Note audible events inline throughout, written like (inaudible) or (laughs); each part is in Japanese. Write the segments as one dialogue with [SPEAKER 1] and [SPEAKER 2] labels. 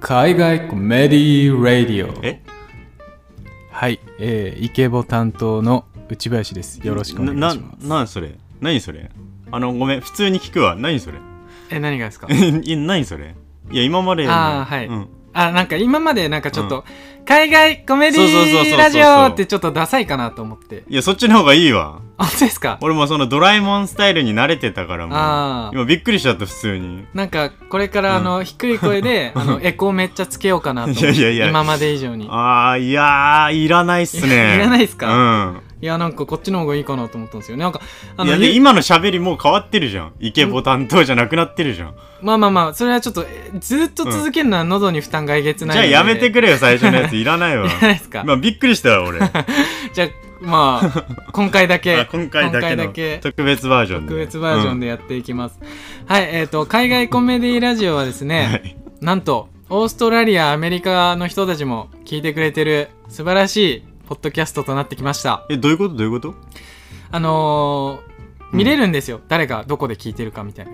[SPEAKER 1] 海外コメディーラディオ
[SPEAKER 2] え
[SPEAKER 1] はい、えー、イケボ担当の内林ですよろしくお願いします
[SPEAKER 2] な、な、それ何それあの、ごめん、普通に聞くわ。何それ (laughs)
[SPEAKER 3] え何がですか
[SPEAKER 2] え何それいや、今までの。
[SPEAKER 3] あーはい
[SPEAKER 2] うん
[SPEAKER 3] あなんか今までなんかちょっと、海外コメディラジオってちょっとダサいかなと思って
[SPEAKER 2] いや、そっちの方がいいわ。
[SPEAKER 3] あ本当ですか
[SPEAKER 2] 俺もそのドラえもんスタイルに慣れてたからも
[SPEAKER 3] あ
[SPEAKER 2] う。
[SPEAKER 3] ー
[SPEAKER 2] 今びっくりしちゃった、普通に。
[SPEAKER 3] なんかこれからあの、低い声で
[SPEAKER 2] (laughs)
[SPEAKER 3] あのエコーめっちゃつけようかなと思って
[SPEAKER 2] いやいやいや
[SPEAKER 3] 今まで以上に
[SPEAKER 2] ああ、いやー、いらないっす
[SPEAKER 3] (laughs)
[SPEAKER 2] ね。
[SPEAKER 3] いらないっす
[SPEAKER 2] か
[SPEAKER 3] いやなんかこっちの方がいいかなと思ったんですよねなんか
[SPEAKER 2] う
[SPEAKER 3] あ
[SPEAKER 2] ん。い
[SPEAKER 3] の
[SPEAKER 2] や、で、
[SPEAKER 3] ゆ
[SPEAKER 2] 今の喋りもう変わってるじゃん。イケボ担当じゃなくなってるじゃん。
[SPEAKER 3] まあまあまあそれはちょっとえずっと続けるのは喉に負担がえげつ
[SPEAKER 2] じ
[SPEAKER 3] ない
[SPEAKER 2] ゃあ
[SPEAKER 3] ので
[SPEAKER 2] やめてくれよ、最初のやつ。いらない
[SPEAKER 3] (laughs)
[SPEAKER 2] わ
[SPEAKER 3] い。らないですか、
[SPEAKER 2] まあ、びっくりしたわ、
[SPEAKER 3] (laughs)
[SPEAKER 2] 俺。あ
[SPEAKER 3] じゃあま
[SPEAKER 2] (laughs)
[SPEAKER 3] あ今回だけ
[SPEAKER 2] 今回だけ
[SPEAKER 3] 今回
[SPEAKER 2] の
[SPEAKER 3] だけ
[SPEAKER 2] 特別バージョンで。
[SPEAKER 3] 特別バージョンでやっていきます、はいえっ、と海外コメディラジオはです
[SPEAKER 2] うん。は
[SPEAKER 3] ね
[SPEAKER 2] い
[SPEAKER 3] なんとオーストラリアアメリカの人たちも聞いてくれてる素晴らしいポッドキャストとなってきました
[SPEAKER 2] え、どういうことどういうこと
[SPEAKER 3] あの
[SPEAKER 2] う
[SPEAKER 3] ー、
[SPEAKER 2] ん
[SPEAKER 3] 見れるんですよ、誰がどこで聞いてるかみたいな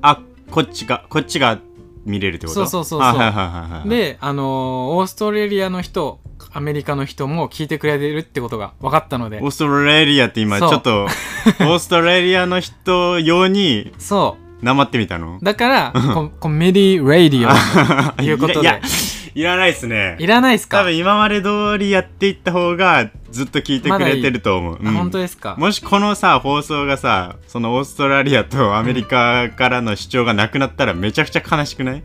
[SPEAKER 2] あ、こっちが、こっちが見れるってこと
[SPEAKER 3] そうそうそうそう
[SPEAKER 2] あはいはいはいはい。、
[SPEAKER 3] であのー、オーストラリアの人アメリカの人も聞いてくれてるってことが分かったので
[SPEAKER 2] オーストラリアって今、ち
[SPEAKER 3] そう
[SPEAKER 2] ょ
[SPEAKER 3] (laughs)
[SPEAKER 2] っと、オーストラリアの人用に、
[SPEAKER 3] そ
[SPEAKER 2] なまってみたの
[SPEAKER 3] うだ
[SPEAKER 2] (laughs)
[SPEAKER 3] からココメディラディオということで
[SPEAKER 2] いや、いやいらないっすね。
[SPEAKER 3] いらないです
[SPEAKER 2] 多
[SPEAKER 3] か
[SPEAKER 2] 分今まで通りやっていった方がずっと聞いてくれてると思う。
[SPEAKER 3] あ
[SPEAKER 2] うん
[SPEAKER 3] 本当ですか
[SPEAKER 2] もしこのさ放送がさそのオーストラリアとアメリカからの主張がなくなったらめちゃくちゃ悲しくない、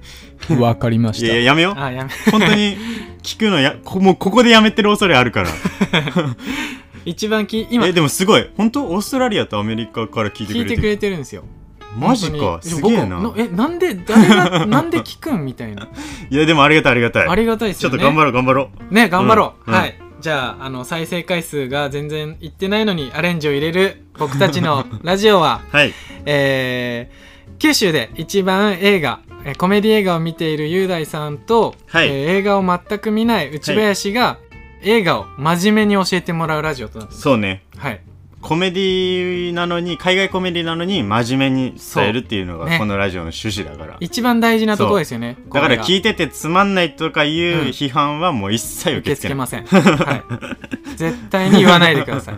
[SPEAKER 1] わかりまし
[SPEAKER 2] い
[SPEAKER 1] た
[SPEAKER 2] ややめよう
[SPEAKER 3] あやめ
[SPEAKER 2] 本当に聞くのやこもうここでやめてる恐れあるから
[SPEAKER 3] 一番き今
[SPEAKER 2] えでもすごい本当オーストラリアとアメリカから聞いてく
[SPEAKER 3] 聞い
[SPEAKER 2] れて
[SPEAKER 3] て
[SPEAKER 2] る
[SPEAKER 3] くれてるんですよ
[SPEAKER 2] マジ
[SPEAKER 3] 本
[SPEAKER 2] か
[SPEAKER 3] 当に
[SPEAKER 2] すげえ
[SPEAKER 3] 僕
[SPEAKER 2] な
[SPEAKER 3] もえなんで誰
[SPEAKER 2] (laughs)
[SPEAKER 3] がなんで聞くんみたいない
[SPEAKER 2] やでもありがたいありがたい
[SPEAKER 3] ありがたいです
[SPEAKER 2] ちょ
[SPEAKER 3] よ
[SPEAKER 2] っ
[SPEAKER 3] ね
[SPEAKER 2] と頑張ろう頑張ろう
[SPEAKER 3] ね頑張ろう、
[SPEAKER 2] うん
[SPEAKER 3] はいじゃああの再生回数が全然いってないのにアレンジを入れる僕たち
[SPEAKER 2] (laughs)
[SPEAKER 3] のラジオは、
[SPEAKER 2] はい
[SPEAKER 3] えー九州で一番映画えーコメディ映画を見ている雄大さんと、
[SPEAKER 2] はい
[SPEAKER 3] えー映画を全く見ない内林が、映画を真面目に教えてもらうラジオとなって
[SPEAKER 2] そうね
[SPEAKER 3] はい
[SPEAKER 2] コメディなのに海外コメディなのに真面目に伝えるっていうの
[SPEAKER 3] そう
[SPEAKER 2] が
[SPEAKER 3] ね
[SPEAKER 2] このラジオの趣旨だから、
[SPEAKER 3] 一番大事なところですよね
[SPEAKER 2] だから
[SPEAKER 3] 聞
[SPEAKER 2] 聞いててつまんないとかいう
[SPEAKER 3] うん
[SPEAKER 2] 批判はもう一切受
[SPEAKER 3] 受け
[SPEAKER 2] け
[SPEAKER 3] 付け
[SPEAKER 2] 付けない、
[SPEAKER 3] ません、
[SPEAKER 2] (laughs)
[SPEAKER 3] はい、絶対に言わないでくださ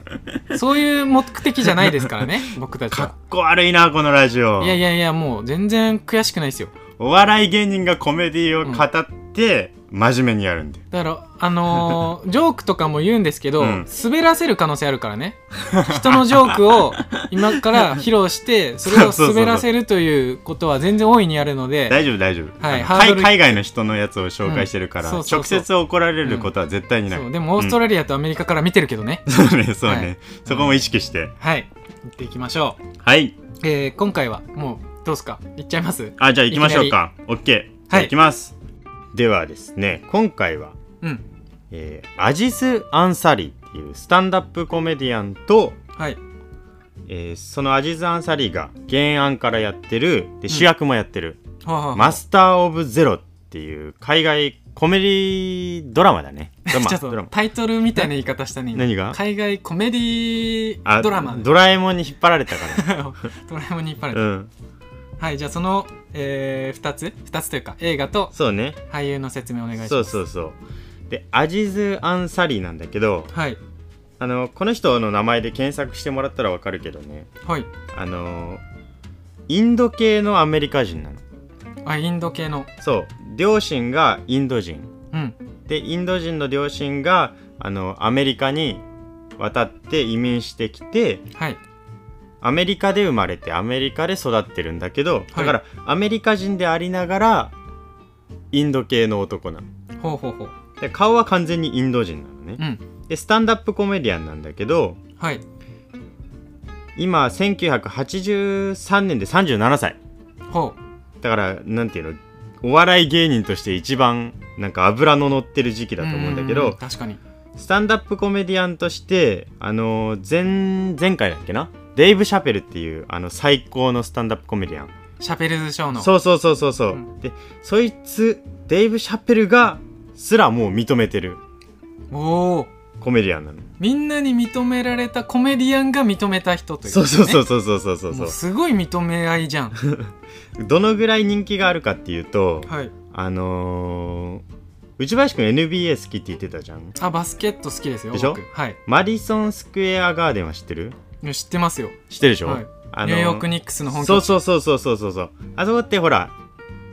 [SPEAKER 3] いそういう目的じゃないですから
[SPEAKER 2] (laughs)
[SPEAKER 3] ね僕たち
[SPEAKER 2] かっ
[SPEAKER 3] は
[SPEAKER 2] こ悪いなこのラジオ
[SPEAKER 3] いやいやいやもう全然悔しくないですよ
[SPEAKER 2] お笑い芸人がコメディを語って真面目にやるんだよ、
[SPEAKER 3] だからあの
[SPEAKER 2] (laughs)
[SPEAKER 3] ージョークとかも言うんですけど、
[SPEAKER 2] うん
[SPEAKER 3] 滑らせる可能性あるからね人のジョークを今から披露してそれを滑らせるということは全然大いにやるので
[SPEAKER 2] 大丈夫大丈夫、
[SPEAKER 3] はい
[SPEAKER 2] あの
[SPEAKER 3] ハード
[SPEAKER 2] 海
[SPEAKER 3] ル
[SPEAKER 2] 海外の人のやつを紹介してるから、
[SPEAKER 3] うんそうそうそう
[SPEAKER 2] 直接怒られることは絶対にない、
[SPEAKER 3] そうでもオーストラリアとアメリカから見てるけどね、
[SPEAKER 2] (laughs) そうねそうね、
[SPEAKER 3] はい
[SPEAKER 2] そこも意識して、
[SPEAKER 3] はい行っていきましょう、
[SPEAKER 2] はい
[SPEAKER 3] えー今回はもうどうすか行っちゃいます
[SPEAKER 2] あじゃあ行きましょうか OK じゃあ行きます、ではですね今回は
[SPEAKER 3] うん
[SPEAKER 2] えーアジス・アンサリーっていうスタンダップコメディアンと、
[SPEAKER 3] はい
[SPEAKER 2] えーそのアジス・アンサリーが原案からやってるで主役もやってる、
[SPEAKER 3] はあはあ
[SPEAKER 2] マスター・オブ・ゼロっていう海外コメディドラマだねドラマ
[SPEAKER 3] (laughs) ちょっ
[SPEAKER 2] ドラマ
[SPEAKER 3] とタイトルみたいな言い方したね今
[SPEAKER 2] 何が
[SPEAKER 3] 海外コメディドラマ
[SPEAKER 2] ドラえもんに引っ張られたか
[SPEAKER 3] (laughs) ドラえもんに引っ張られ
[SPEAKER 2] ら
[SPEAKER 3] た
[SPEAKER 2] うん
[SPEAKER 3] はいじゃあその、え2つ2つというか映画と
[SPEAKER 2] そうね
[SPEAKER 3] 俳優の説明お願いします
[SPEAKER 2] そうそうそうでアジズ・アンサリーなんだけど
[SPEAKER 3] はい
[SPEAKER 2] あのこの人の名前で検索してもらったらわかるけどね
[SPEAKER 3] はい
[SPEAKER 2] あのインド系のアメリカ人なの
[SPEAKER 3] あインド系の
[SPEAKER 2] そう両親がインド人
[SPEAKER 3] うん
[SPEAKER 2] でインド人の両親があのアメリカに渡って移民してきて
[SPEAKER 3] はい
[SPEAKER 2] アメリカで生まれてアメリカで育ってるんだけど、
[SPEAKER 3] はい
[SPEAKER 2] だからアメリカ人でありながらインド系の男なの
[SPEAKER 3] ほうほうほう
[SPEAKER 2] で顔は完全にインド人なの
[SPEAKER 3] う
[SPEAKER 2] ね、
[SPEAKER 3] ん
[SPEAKER 2] でスタンダップコメディアンなんだけど
[SPEAKER 3] はい
[SPEAKER 2] 今1983年で37歳
[SPEAKER 3] ほ
[SPEAKER 2] だからなんていうのお笑い芸人として一番なんか脂の乗ってる時期
[SPEAKER 3] う
[SPEAKER 2] だと思うんだけ
[SPEAKER 3] う
[SPEAKER 2] ど、
[SPEAKER 3] ん確かに
[SPEAKER 2] スタンダップコメディアンとして、あの前、前回だっけなデイブ・シャペルっていう、あの、最高のスタンダップコメディアン。
[SPEAKER 3] シャペルズショーの
[SPEAKER 2] そうそうそうそうそう、
[SPEAKER 3] うん
[SPEAKER 2] で、そいつ、デイブ・シャペルが、すらもう認めてる
[SPEAKER 3] おお
[SPEAKER 2] コメディアンなの。
[SPEAKER 3] みんなに認められたコメディアンが認めた人というこ
[SPEAKER 2] そ
[SPEAKER 3] と
[SPEAKER 2] う
[SPEAKER 3] ね
[SPEAKER 2] そうそうそうそうそうそ
[SPEAKER 3] も
[SPEAKER 2] う
[SPEAKER 3] うすごい認め合いじゃん
[SPEAKER 2] どのぐらい人気があるかっていうと、
[SPEAKER 3] はい
[SPEAKER 2] あのー内林くん NBA 好きって言ってたじゃん
[SPEAKER 3] あバスケット好きですよ
[SPEAKER 2] でしょ
[SPEAKER 3] 僕はい
[SPEAKER 2] マディソンスクエアガーデンは知ってる
[SPEAKER 3] いや知ってますよ、
[SPEAKER 2] 知ってるでしょ、
[SPEAKER 3] はい
[SPEAKER 2] あの
[SPEAKER 3] ニューヨークニックスの本
[SPEAKER 2] そう
[SPEAKER 3] 拠地
[SPEAKER 2] そうそうそうそうそうそうあそこってほら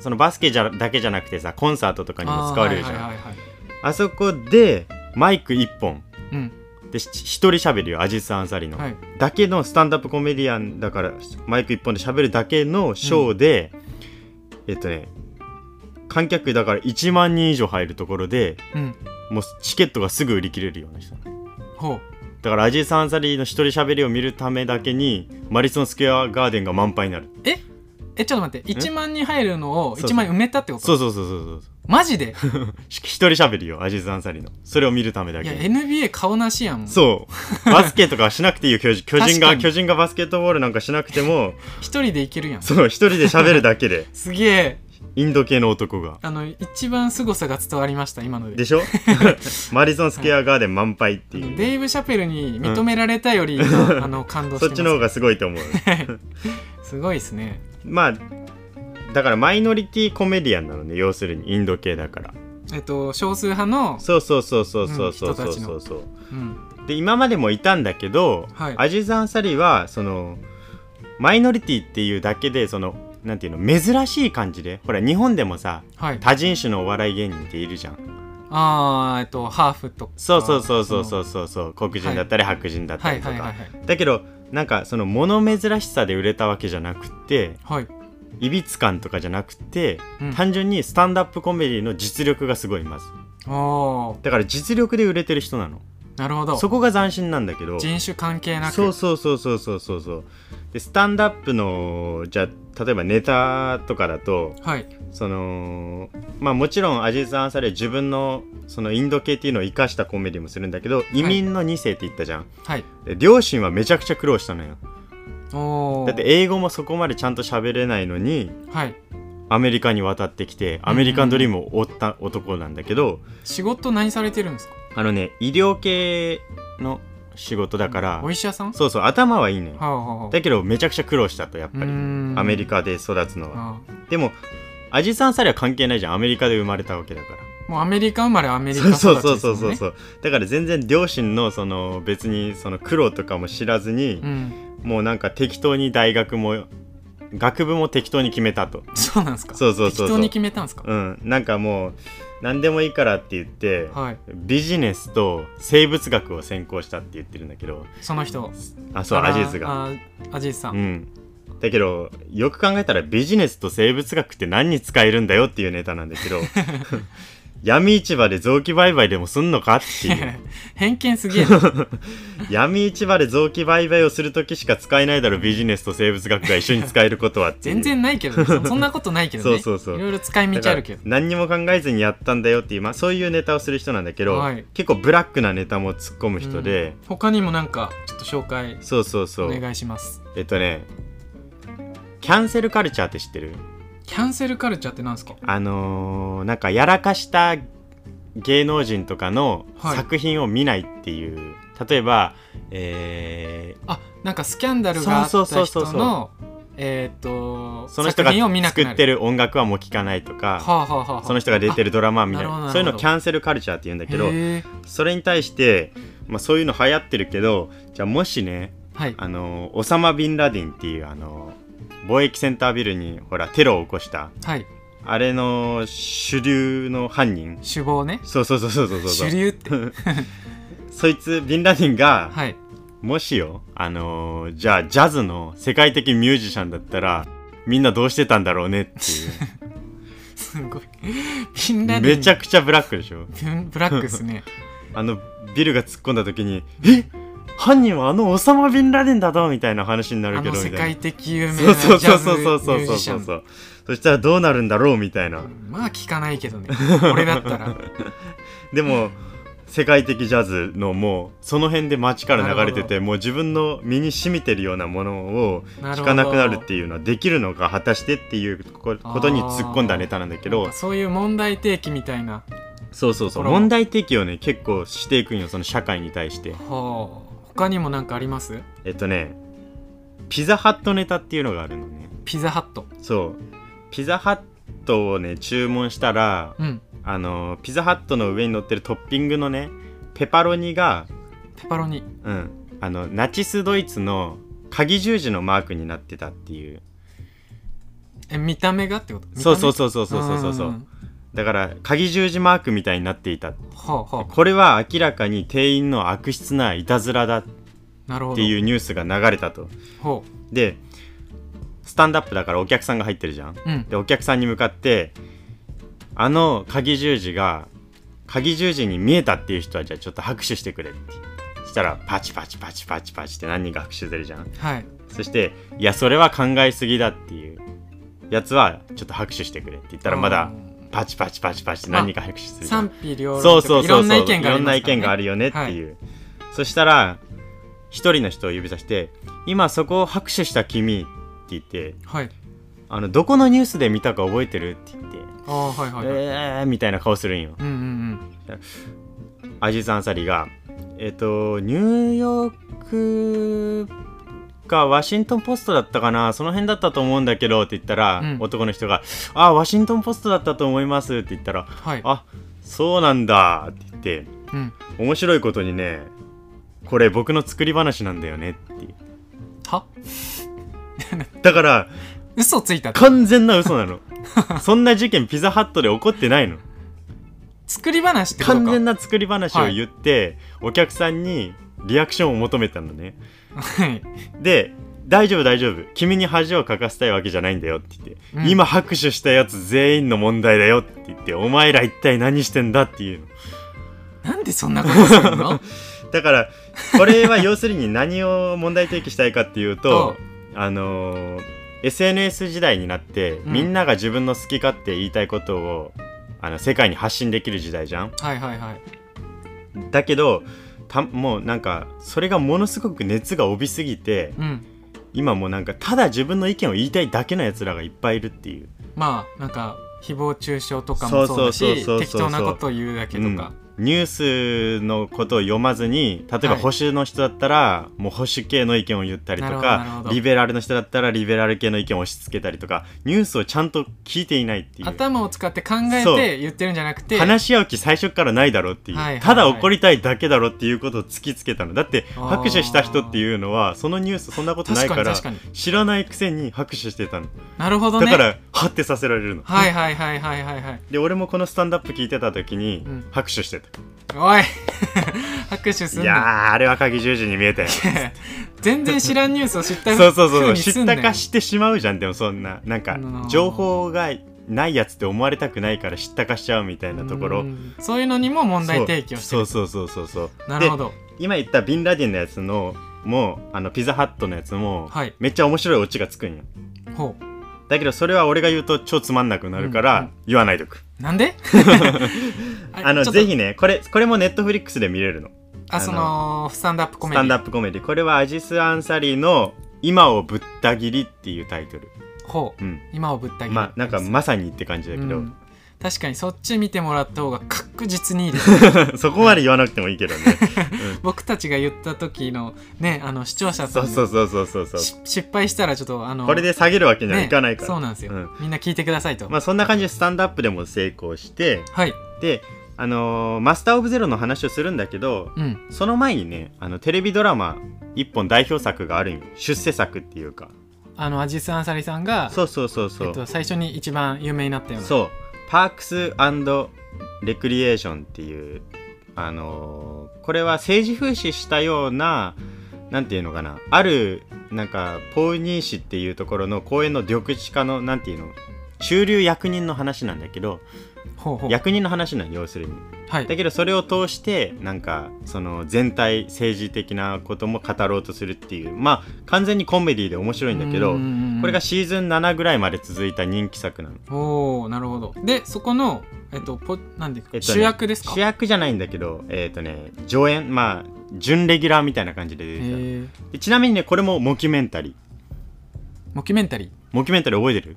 [SPEAKER 2] そのバスケじゃだけじゃなくてさコンサートとかにも使われるじゃんあ,、
[SPEAKER 3] あーはいはいはいはい
[SPEAKER 2] そこでマイク1本
[SPEAKER 3] うん
[SPEAKER 2] でし一人喋るよアジス・アンサリの、
[SPEAKER 3] はい
[SPEAKER 2] だけのスタンダップコメディアンだからマイク1本で喋るだけのショーで、えっとね観客だから1万人以上入るところで
[SPEAKER 3] うん
[SPEAKER 2] もうチケットがすぐ売り切れるような人
[SPEAKER 3] ほう
[SPEAKER 2] だからアジー・サンサリーの一人喋りを見るためだけにマリソン・スクエア・ガーデンが満杯になる
[SPEAKER 3] えちょっと待って1万人入るのを
[SPEAKER 2] そうそう
[SPEAKER 3] 1万人埋めたってこと
[SPEAKER 2] そうそうそうそうそう
[SPEAKER 3] マジで
[SPEAKER 2] し一人喋りよアジー・サンサリーのそれを見るためだ
[SPEAKER 3] い
[SPEAKER 2] け
[SPEAKER 3] や
[SPEAKER 2] に
[SPEAKER 3] NBA 顔なしやんう
[SPEAKER 2] そうバスケとかはしなくていいよ巨人巨人
[SPEAKER 3] 確か
[SPEAKER 2] が
[SPEAKER 3] に
[SPEAKER 2] 巨人がバスケットボールなんかしなくても
[SPEAKER 3] 一人でいけるやん
[SPEAKER 2] そう一人で喋るだけで
[SPEAKER 3] すげえ
[SPEAKER 2] インド系の男が
[SPEAKER 3] あの一番凄さが伝わりました今ので
[SPEAKER 2] でしょ (laughs) マリソン・スクエア・ガーデン満杯っていう、
[SPEAKER 3] デイブ・シャペルに認められたより、今 (laughs) あの感動して
[SPEAKER 2] そっ
[SPEAKER 3] ます
[SPEAKER 2] ちの方がすごいと思う
[SPEAKER 3] すごいですね
[SPEAKER 2] まあだからマイノリティコメディアンなのね要するにインド系だから
[SPEAKER 3] えっと少数派の、
[SPEAKER 2] そうそうそうそうそううんそ
[SPEAKER 3] 人
[SPEAKER 2] う
[SPEAKER 3] た
[SPEAKER 2] そう
[SPEAKER 3] ちの
[SPEAKER 2] そうそう
[SPEAKER 3] うん、
[SPEAKER 2] で今までもいたんだけど、
[SPEAKER 3] はい
[SPEAKER 2] アジザンサリーはそのマイノリティっていうだけでそのなんていうの珍しい感じでほら日本でもさ
[SPEAKER 3] はい
[SPEAKER 2] 多人種のお笑い芸人っているじゃん
[SPEAKER 3] あーえっとハーフとか
[SPEAKER 2] そうそうそうそうそううそうそう黒人だったり白人だった
[SPEAKER 3] は
[SPEAKER 2] り
[SPEAKER 3] い
[SPEAKER 2] とか、
[SPEAKER 3] はいはいはい
[SPEAKER 2] だけどなんかその物珍しさで売れたわけじゃなくって
[SPEAKER 3] はい
[SPEAKER 2] いびつ感とかじゃなくて、
[SPEAKER 3] うん
[SPEAKER 2] 単純にスタンダップコメディの実力がすごいまず
[SPEAKER 3] おー
[SPEAKER 2] だから実力で売れてる人なの
[SPEAKER 3] なるほど
[SPEAKER 2] そこが斬新なんだけど
[SPEAKER 3] 人種関係なく
[SPEAKER 2] そうそうそうそうそうそうそうでスタンダップのじゃあ例えばネタとかだと
[SPEAKER 3] はい
[SPEAKER 2] そのまあもちろんアジーズ・アンサリーは自分のそのインド系っていうのを生かしたコメディもするんだけど移民の2世って言ったじゃん、
[SPEAKER 3] はい
[SPEAKER 2] で両親はめちゃくちゃ苦労したのよ
[SPEAKER 3] おー
[SPEAKER 2] だって英語もそこまでちゃんと喋れないのに
[SPEAKER 3] はい
[SPEAKER 2] アメリカに渡ってきてアメリカンドリームを追った男なんだけど、
[SPEAKER 3] 仕事何されてるんですか
[SPEAKER 2] あのね医療系の仕事だから、
[SPEAKER 3] お医者さんは
[SPEAKER 2] そうそう頭はいいのよ
[SPEAKER 3] あ、はあ、
[SPEAKER 2] だけどめちゃくちゃ苦労したとやっぱり
[SPEAKER 3] うーん
[SPEAKER 2] アメリカで育つの
[SPEAKER 3] あ
[SPEAKER 2] はでもアジサンサリは関係ないじゃんアメリカで生まれたわけだから、
[SPEAKER 3] ーもうアメリカ生まれアメリカ
[SPEAKER 2] そう
[SPEAKER 3] 育ちです
[SPEAKER 2] そ
[SPEAKER 3] もん
[SPEAKER 2] う
[SPEAKER 3] ね
[SPEAKER 2] そうそうそうそうだから全然両親のその別にその苦労とかも知らずに
[SPEAKER 3] う、ん
[SPEAKER 2] もうなんか適当に大学も学部も適当に決めたと
[SPEAKER 3] そうなんですか
[SPEAKER 2] そうそうそうそう
[SPEAKER 3] 適当に決めたんですか、
[SPEAKER 2] うんなんかもう何でもいいからって言って、
[SPEAKER 3] はい
[SPEAKER 2] ビジネスと生物学を専攻したって言ってるんだけど
[SPEAKER 3] その人
[SPEAKER 2] あそう
[SPEAKER 3] あら
[SPEAKER 2] アジーズが
[SPEAKER 3] あアジーズさん、
[SPEAKER 2] うんだけどよく考えたらビジネスと生物学って何に使えるんだよっていうネタなんだけ
[SPEAKER 3] (laughs)
[SPEAKER 2] ど闇市場で臓器売買でもすんのかっていう
[SPEAKER 3] (laughs) (laughs) 偏見すげえな
[SPEAKER 2] 闇市場で臓器売買をする時しか使えないだろビジネスと生物学が一緒に使えることはっていう
[SPEAKER 3] 全然ない
[SPEAKER 2] (laughs)
[SPEAKER 3] けどねそそんなことないけどね
[SPEAKER 2] そうそうそう
[SPEAKER 3] ろいろ使い道あるけど
[SPEAKER 2] だから何にも考えずにやったんだよっていう、まあ、そういうネタをする人なんだけど、
[SPEAKER 3] はい
[SPEAKER 2] 結構ブラックなネタも突っ込む人で、
[SPEAKER 3] うん他にもなんかちょっと紹介
[SPEAKER 2] そうそうそ
[SPEAKER 3] お
[SPEAKER 2] う
[SPEAKER 3] 願いします
[SPEAKER 2] えっとねキャンセルカルチャーって知ってる
[SPEAKER 3] キャンセルカルチャーってなんですか
[SPEAKER 2] あのーなんかやらかした芸能人とかの
[SPEAKER 3] はい
[SPEAKER 2] 作品を見ないっていう、例えば、え
[SPEAKER 3] あなんかスキャンダルがあっ
[SPEAKER 2] そうそ
[SPEAKER 3] た
[SPEAKER 2] うそう
[SPEAKER 3] 人
[SPEAKER 2] そう
[SPEAKER 3] のえーっと
[SPEAKER 2] ーその人が
[SPEAKER 3] 作品を見なく
[SPEAKER 2] 作
[SPEAKER 3] な
[SPEAKER 2] って
[SPEAKER 3] る
[SPEAKER 2] る音楽はもう聴かないと
[SPEAKER 3] は
[SPEAKER 2] か
[SPEAKER 3] あ、はあはあはあ、
[SPEAKER 2] その人が出てるドラマは見ない
[SPEAKER 3] あなるほど
[SPEAKER 2] そういうの
[SPEAKER 3] なるほど
[SPEAKER 2] キャンセルカルチャーって言うんだけど
[SPEAKER 3] へえ
[SPEAKER 2] それに対して、まあ、そういうの流行ってるけどじゃあもしね、
[SPEAKER 3] はい
[SPEAKER 2] あのーオサマ・ビンラディンっていう、あのー貿易センタービルにほらテロを起こした
[SPEAKER 3] はい
[SPEAKER 2] あれの主流の犯人
[SPEAKER 3] 首謀ね
[SPEAKER 2] そうそうそうそうそうそう
[SPEAKER 3] 主流って
[SPEAKER 2] そいつビンラディンが、
[SPEAKER 3] はい
[SPEAKER 2] もしよあのーじゃあジャズの世界的ミュージシャンだったらみんなどうしてたんだろうねって
[SPEAKER 3] (laughs)
[SPEAKER 2] い
[SPEAKER 3] す
[SPEAKER 2] (laughs)
[SPEAKER 3] ごいビンラ
[SPEAKER 2] う
[SPEAKER 3] ディン
[SPEAKER 2] めちゃくちゃブラックでしょ
[SPEAKER 3] ブンブラックです
[SPEAKER 2] (laughs)
[SPEAKER 3] ね
[SPEAKER 2] あのビルが突っ込んだ時に「え犯人はあのオサマ・ビンラディンだぞ」みたいな話にな
[SPEAKER 3] あ
[SPEAKER 2] るけ
[SPEAKER 3] の
[SPEAKER 2] どみ
[SPEAKER 3] 世
[SPEAKER 2] たい
[SPEAKER 3] 界
[SPEAKER 2] な。
[SPEAKER 3] 的有名
[SPEAKER 2] そう
[SPEAKER 3] な
[SPEAKER 2] そう
[SPEAKER 3] ジャ
[SPEAKER 2] そう
[SPEAKER 3] ズミ
[SPEAKER 2] そ
[SPEAKER 3] ュ
[SPEAKER 2] うそ
[SPEAKER 3] ー
[SPEAKER 2] うそう
[SPEAKER 3] ジ
[SPEAKER 2] そ
[SPEAKER 3] シャ
[SPEAKER 2] うそ
[SPEAKER 3] ン
[SPEAKER 2] うそしたらどうなるんだろうみたいな
[SPEAKER 3] まあ聞かないけどね
[SPEAKER 2] (laughs)
[SPEAKER 3] 俺だったら
[SPEAKER 2] でも世界的ジャズのもうその辺で街から流れててもう自分の身に染みてるようなものを
[SPEAKER 3] なるほど
[SPEAKER 2] 聞かなくなるっていうのはできるのか果たしてっていうこことに突っ込んだネタなんだけ
[SPEAKER 3] な
[SPEAKER 2] ど
[SPEAKER 3] んかそういう問題提起みたいな
[SPEAKER 2] そうそうそ
[SPEAKER 3] とこ
[SPEAKER 2] う
[SPEAKER 3] ろも
[SPEAKER 2] 問題提起をね結構していくんよその社会に対して
[SPEAKER 3] ほう他にも何かあります
[SPEAKER 2] えっとねピザハットネタっていうのがあるのね
[SPEAKER 3] ピザハット
[SPEAKER 2] そうピザハッットをね注文したら
[SPEAKER 3] うん
[SPEAKER 2] あのピザハットの上に乗ってるトッピングのねペパロニが、
[SPEAKER 3] ペパロニ
[SPEAKER 2] うん、あのナチスドイツの鍵十字のマークになってたっていう
[SPEAKER 3] え見た目がってこと
[SPEAKER 2] そうそう
[SPEAKER 3] う
[SPEAKER 2] そうそうそうそうそ
[SPEAKER 3] ん
[SPEAKER 2] うだから鍵十字マークみたいになっていた
[SPEAKER 3] はあは
[SPEAKER 2] これは明らかに店員の悪質ないたずらだっ
[SPEAKER 3] あなるほど
[SPEAKER 2] ていうニュースが流れたと
[SPEAKER 3] ほ
[SPEAKER 2] でスタンダップだからお客さんが入ってるじゃん
[SPEAKER 3] ううん
[SPEAKER 2] でお客さんに向かってあの鍵十字が鍵十字に見えたっていう人はじゃあちょっと拍手してくれってしたらパチパチパチパチパチって何人か拍手出るじゃん
[SPEAKER 3] はい
[SPEAKER 2] そしていやそれは考えすぎだっていうやつはちょっと拍手してくれって言ったらまだパチパチパチパチって何人か拍手するじゃん
[SPEAKER 3] 賛否両論
[SPEAKER 2] そうそうそ
[SPEAKER 3] いろ
[SPEAKER 2] うそう
[SPEAKER 3] んな意見があ
[SPEAKER 2] いろ
[SPEAKER 3] り
[SPEAKER 2] ん
[SPEAKER 3] ま
[SPEAKER 2] な
[SPEAKER 3] す
[SPEAKER 2] 意
[SPEAKER 3] からね
[SPEAKER 2] 見があるよねっていう、そしたら一人の人を指さして「今そこを拍手した君」って言って
[SPEAKER 3] はい
[SPEAKER 2] 「あのどこのニュースで見たか覚えてる?」って言って「
[SPEAKER 3] ああはいはいはい
[SPEAKER 2] えー」みたいな顔するんよ
[SPEAKER 3] うんうん
[SPEAKER 2] アジズ・アンサリーが「えっ、とニューヨークかワシントン・ポストだったかなその辺だったと思うんだけど」って言ったら、
[SPEAKER 3] うん
[SPEAKER 2] 男の人が「あワシントン・ポストだったと思います」って言ったら
[SPEAKER 3] うんはい
[SPEAKER 2] 「あそうなんだ」って言って。
[SPEAKER 3] うん
[SPEAKER 2] 面白いことにねこれ僕の作り話なんだよねっていう
[SPEAKER 3] は
[SPEAKER 2] だから
[SPEAKER 3] 嘘ついたって
[SPEAKER 2] 完全な嘘
[SPEAKER 3] (laughs)
[SPEAKER 2] なのそんな事件ピザハットで起こってないの
[SPEAKER 3] 作り話ってことか
[SPEAKER 2] 完全な作り話を言って、お客さんにリアクションを求めたのね
[SPEAKER 3] はい
[SPEAKER 2] で大丈夫大丈夫君に恥をかかせたいわけじゃないんだよって言って、
[SPEAKER 3] うん
[SPEAKER 2] 今拍手したやつ全員の問題だよって言ってお前ら一体何してんだっていうの
[SPEAKER 3] なんでそんなことする
[SPEAKER 2] (laughs)
[SPEAKER 3] の
[SPEAKER 2] だからこれは要するに何を問題提起したいかっていう
[SPEAKER 3] (laughs)
[SPEAKER 2] とあのー SNS 時代になって、
[SPEAKER 3] ん
[SPEAKER 2] みんなが自分の好き勝手言いたいことをあの世界に発信できる時代じゃん
[SPEAKER 3] はいはいはい
[SPEAKER 2] だけどたもうなんかそれがものすごく熱が帯びすぎて
[SPEAKER 3] うん
[SPEAKER 2] 今もうなんかただ自分の意見を言いたいだけのやつらがいっぱいいるっていう
[SPEAKER 3] まあなんか誹謗中傷とかもそうだ
[SPEAKER 2] そうそうそうそう
[SPEAKER 3] し
[SPEAKER 2] そう
[SPEAKER 3] 適当なことを言うだけとか、
[SPEAKER 2] うんニュースのことを読まずに例えば
[SPEAKER 3] はい
[SPEAKER 2] 保守の人だったら、もう保守系の意見を言ったりと
[SPEAKER 3] なるほどなる
[SPEAKER 2] か
[SPEAKER 3] ほど
[SPEAKER 2] リベラルの人だったらリベラル系の意見を押し付けたりとかニュースをちゃんと聞いていないっていう
[SPEAKER 3] 頭を使って考え
[SPEAKER 2] そう
[SPEAKER 3] て言ってるんじゃなくて
[SPEAKER 2] 話し合う気最初からないだろうっていう、
[SPEAKER 3] はいはいはい
[SPEAKER 2] ただ怒りたいだけだろうっていうことを突きつけたのだって
[SPEAKER 3] あー
[SPEAKER 2] 拍手した人っていうのはそのニュースそんなことな
[SPEAKER 3] 確
[SPEAKER 2] い
[SPEAKER 3] か
[SPEAKER 2] か
[SPEAKER 3] に
[SPEAKER 2] ら
[SPEAKER 3] 確かに
[SPEAKER 2] 知らないくせに拍手してたの
[SPEAKER 3] なるほど
[SPEAKER 2] だ
[SPEAKER 3] ね
[SPEAKER 2] からハッてさせられるの、
[SPEAKER 3] はいはいはいはいはいはい
[SPEAKER 2] で俺もこのスタンダップ聞いてた時に
[SPEAKER 3] うん
[SPEAKER 2] 拍手してた、
[SPEAKER 3] おい (laughs) 拍手すん
[SPEAKER 2] いや
[SPEAKER 3] な
[SPEAKER 2] ーあれは鍵十字に見
[SPEAKER 3] (laughs)
[SPEAKER 2] えたよ
[SPEAKER 3] 全然知らんニュースを知った
[SPEAKER 2] そうそうそう
[SPEAKER 3] 風に
[SPEAKER 2] 知
[SPEAKER 3] す
[SPEAKER 2] っ
[SPEAKER 3] んな
[SPEAKER 2] た
[SPEAKER 3] よ
[SPEAKER 2] かしてしまうじゃんでもそんななん
[SPEAKER 3] あ
[SPEAKER 2] か
[SPEAKER 3] のー
[SPEAKER 2] 情報がないやつって思われたくないから知ったかしちゃうみたいなところ
[SPEAKER 3] うんそういうのにも問題提起をして
[SPEAKER 2] そう
[SPEAKER 3] る
[SPEAKER 2] そうそうそうそうそう
[SPEAKER 3] なるほど
[SPEAKER 2] 今言ったビンラディンのやつのもうあのピザハットのやつも、
[SPEAKER 3] はい
[SPEAKER 2] めっちゃ面白いオチがつくんよ
[SPEAKER 3] ほ
[SPEAKER 2] だけどそれは俺が言うと超つまんなくなるから、
[SPEAKER 3] うんうん
[SPEAKER 2] 言わないとく
[SPEAKER 3] うなん
[SPEAKER 2] (laughs)
[SPEAKER 3] で
[SPEAKER 2] あの
[SPEAKER 3] ちょっと
[SPEAKER 2] ぜひねこれこれもネットフリックスで見れるの
[SPEAKER 3] あそのスタンダップコ
[SPEAKER 2] ス
[SPEAKER 3] メデ
[SPEAKER 2] タ
[SPEAKER 3] ィ
[SPEAKER 2] ンダップコメディこれはアジス・アンサリーの「今をぶった切り」っていうタイトル、
[SPEAKER 3] ほう
[SPEAKER 2] うん、
[SPEAKER 3] 今をぶった切る
[SPEAKER 2] まあなんかまさにって感じだけど、
[SPEAKER 3] うん確かにそっち見てもらった方が確実にいいです
[SPEAKER 2] (laughs) (laughs) そこまで言わなくてもいいけどね、
[SPEAKER 3] (laughs) 僕たちが言った時のねあの視聴者
[SPEAKER 2] そ
[SPEAKER 3] さ
[SPEAKER 2] うんそうそうそうそうそう
[SPEAKER 3] し失敗したらちょっとあの
[SPEAKER 2] これで下げるわけにはいかないから、
[SPEAKER 3] ね、そうなんですよ、
[SPEAKER 2] うん
[SPEAKER 3] みんな聞いてくださいと、
[SPEAKER 2] まあそんな感じでスタンドアップでも成功して
[SPEAKER 3] はい
[SPEAKER 2] であのーマスター・オブ・ゼロの話をするんだけど
[SPEAKER 3] うん
[SPEAKER 2] その前にねあのテレビドラマ一本代表作があるんよ出世作っていうか
[SPEAKER 3] あのアジス・アンサリさんが
[SPEAKER 2] そうそうそうそう、
[SPEAKER 3] えっと、最初に一番有名になったようなう
[SPEAKER 2] そうパークスレクリエーションっていうあのーこれは政治風刺したようななんていうのかなあるなんかポーニー市っていうところの公園の緑地化のなんていうの中流役人の話なんだけど
[SPEAKER 3] ほうほう
[SPEAKER 2] 役人の話なんよ要するに
[SPEAKER 3] はい
[SPEAKER 2] だけどそれを通してなんかその全体政治的なことも語ろうとするっていうまあ完全にコメディで面白いんだけどこれがシーズン7ぐらいまで続いた人気作なの
[SPEAKER 3] おおなるほどでそこのえっとポなんで、
[SPEAKER 2] えっとね
[SPEAKER 3] 主役ですか
[SPEAKER 2] 主役じゃないんだけどえっ、とね上演まあ準レギュラーみたいな感じで
[SPEAKER 3] え
[SPEAKER 2] 出てきた
[SPEAKER 3] ー、
[SPEAKER 2] でちなみにねこれもモキュメンタリー
[SPEAKER 3] モキュメンタリー
[SPEAKER 2] モキュメンタリー覚えてる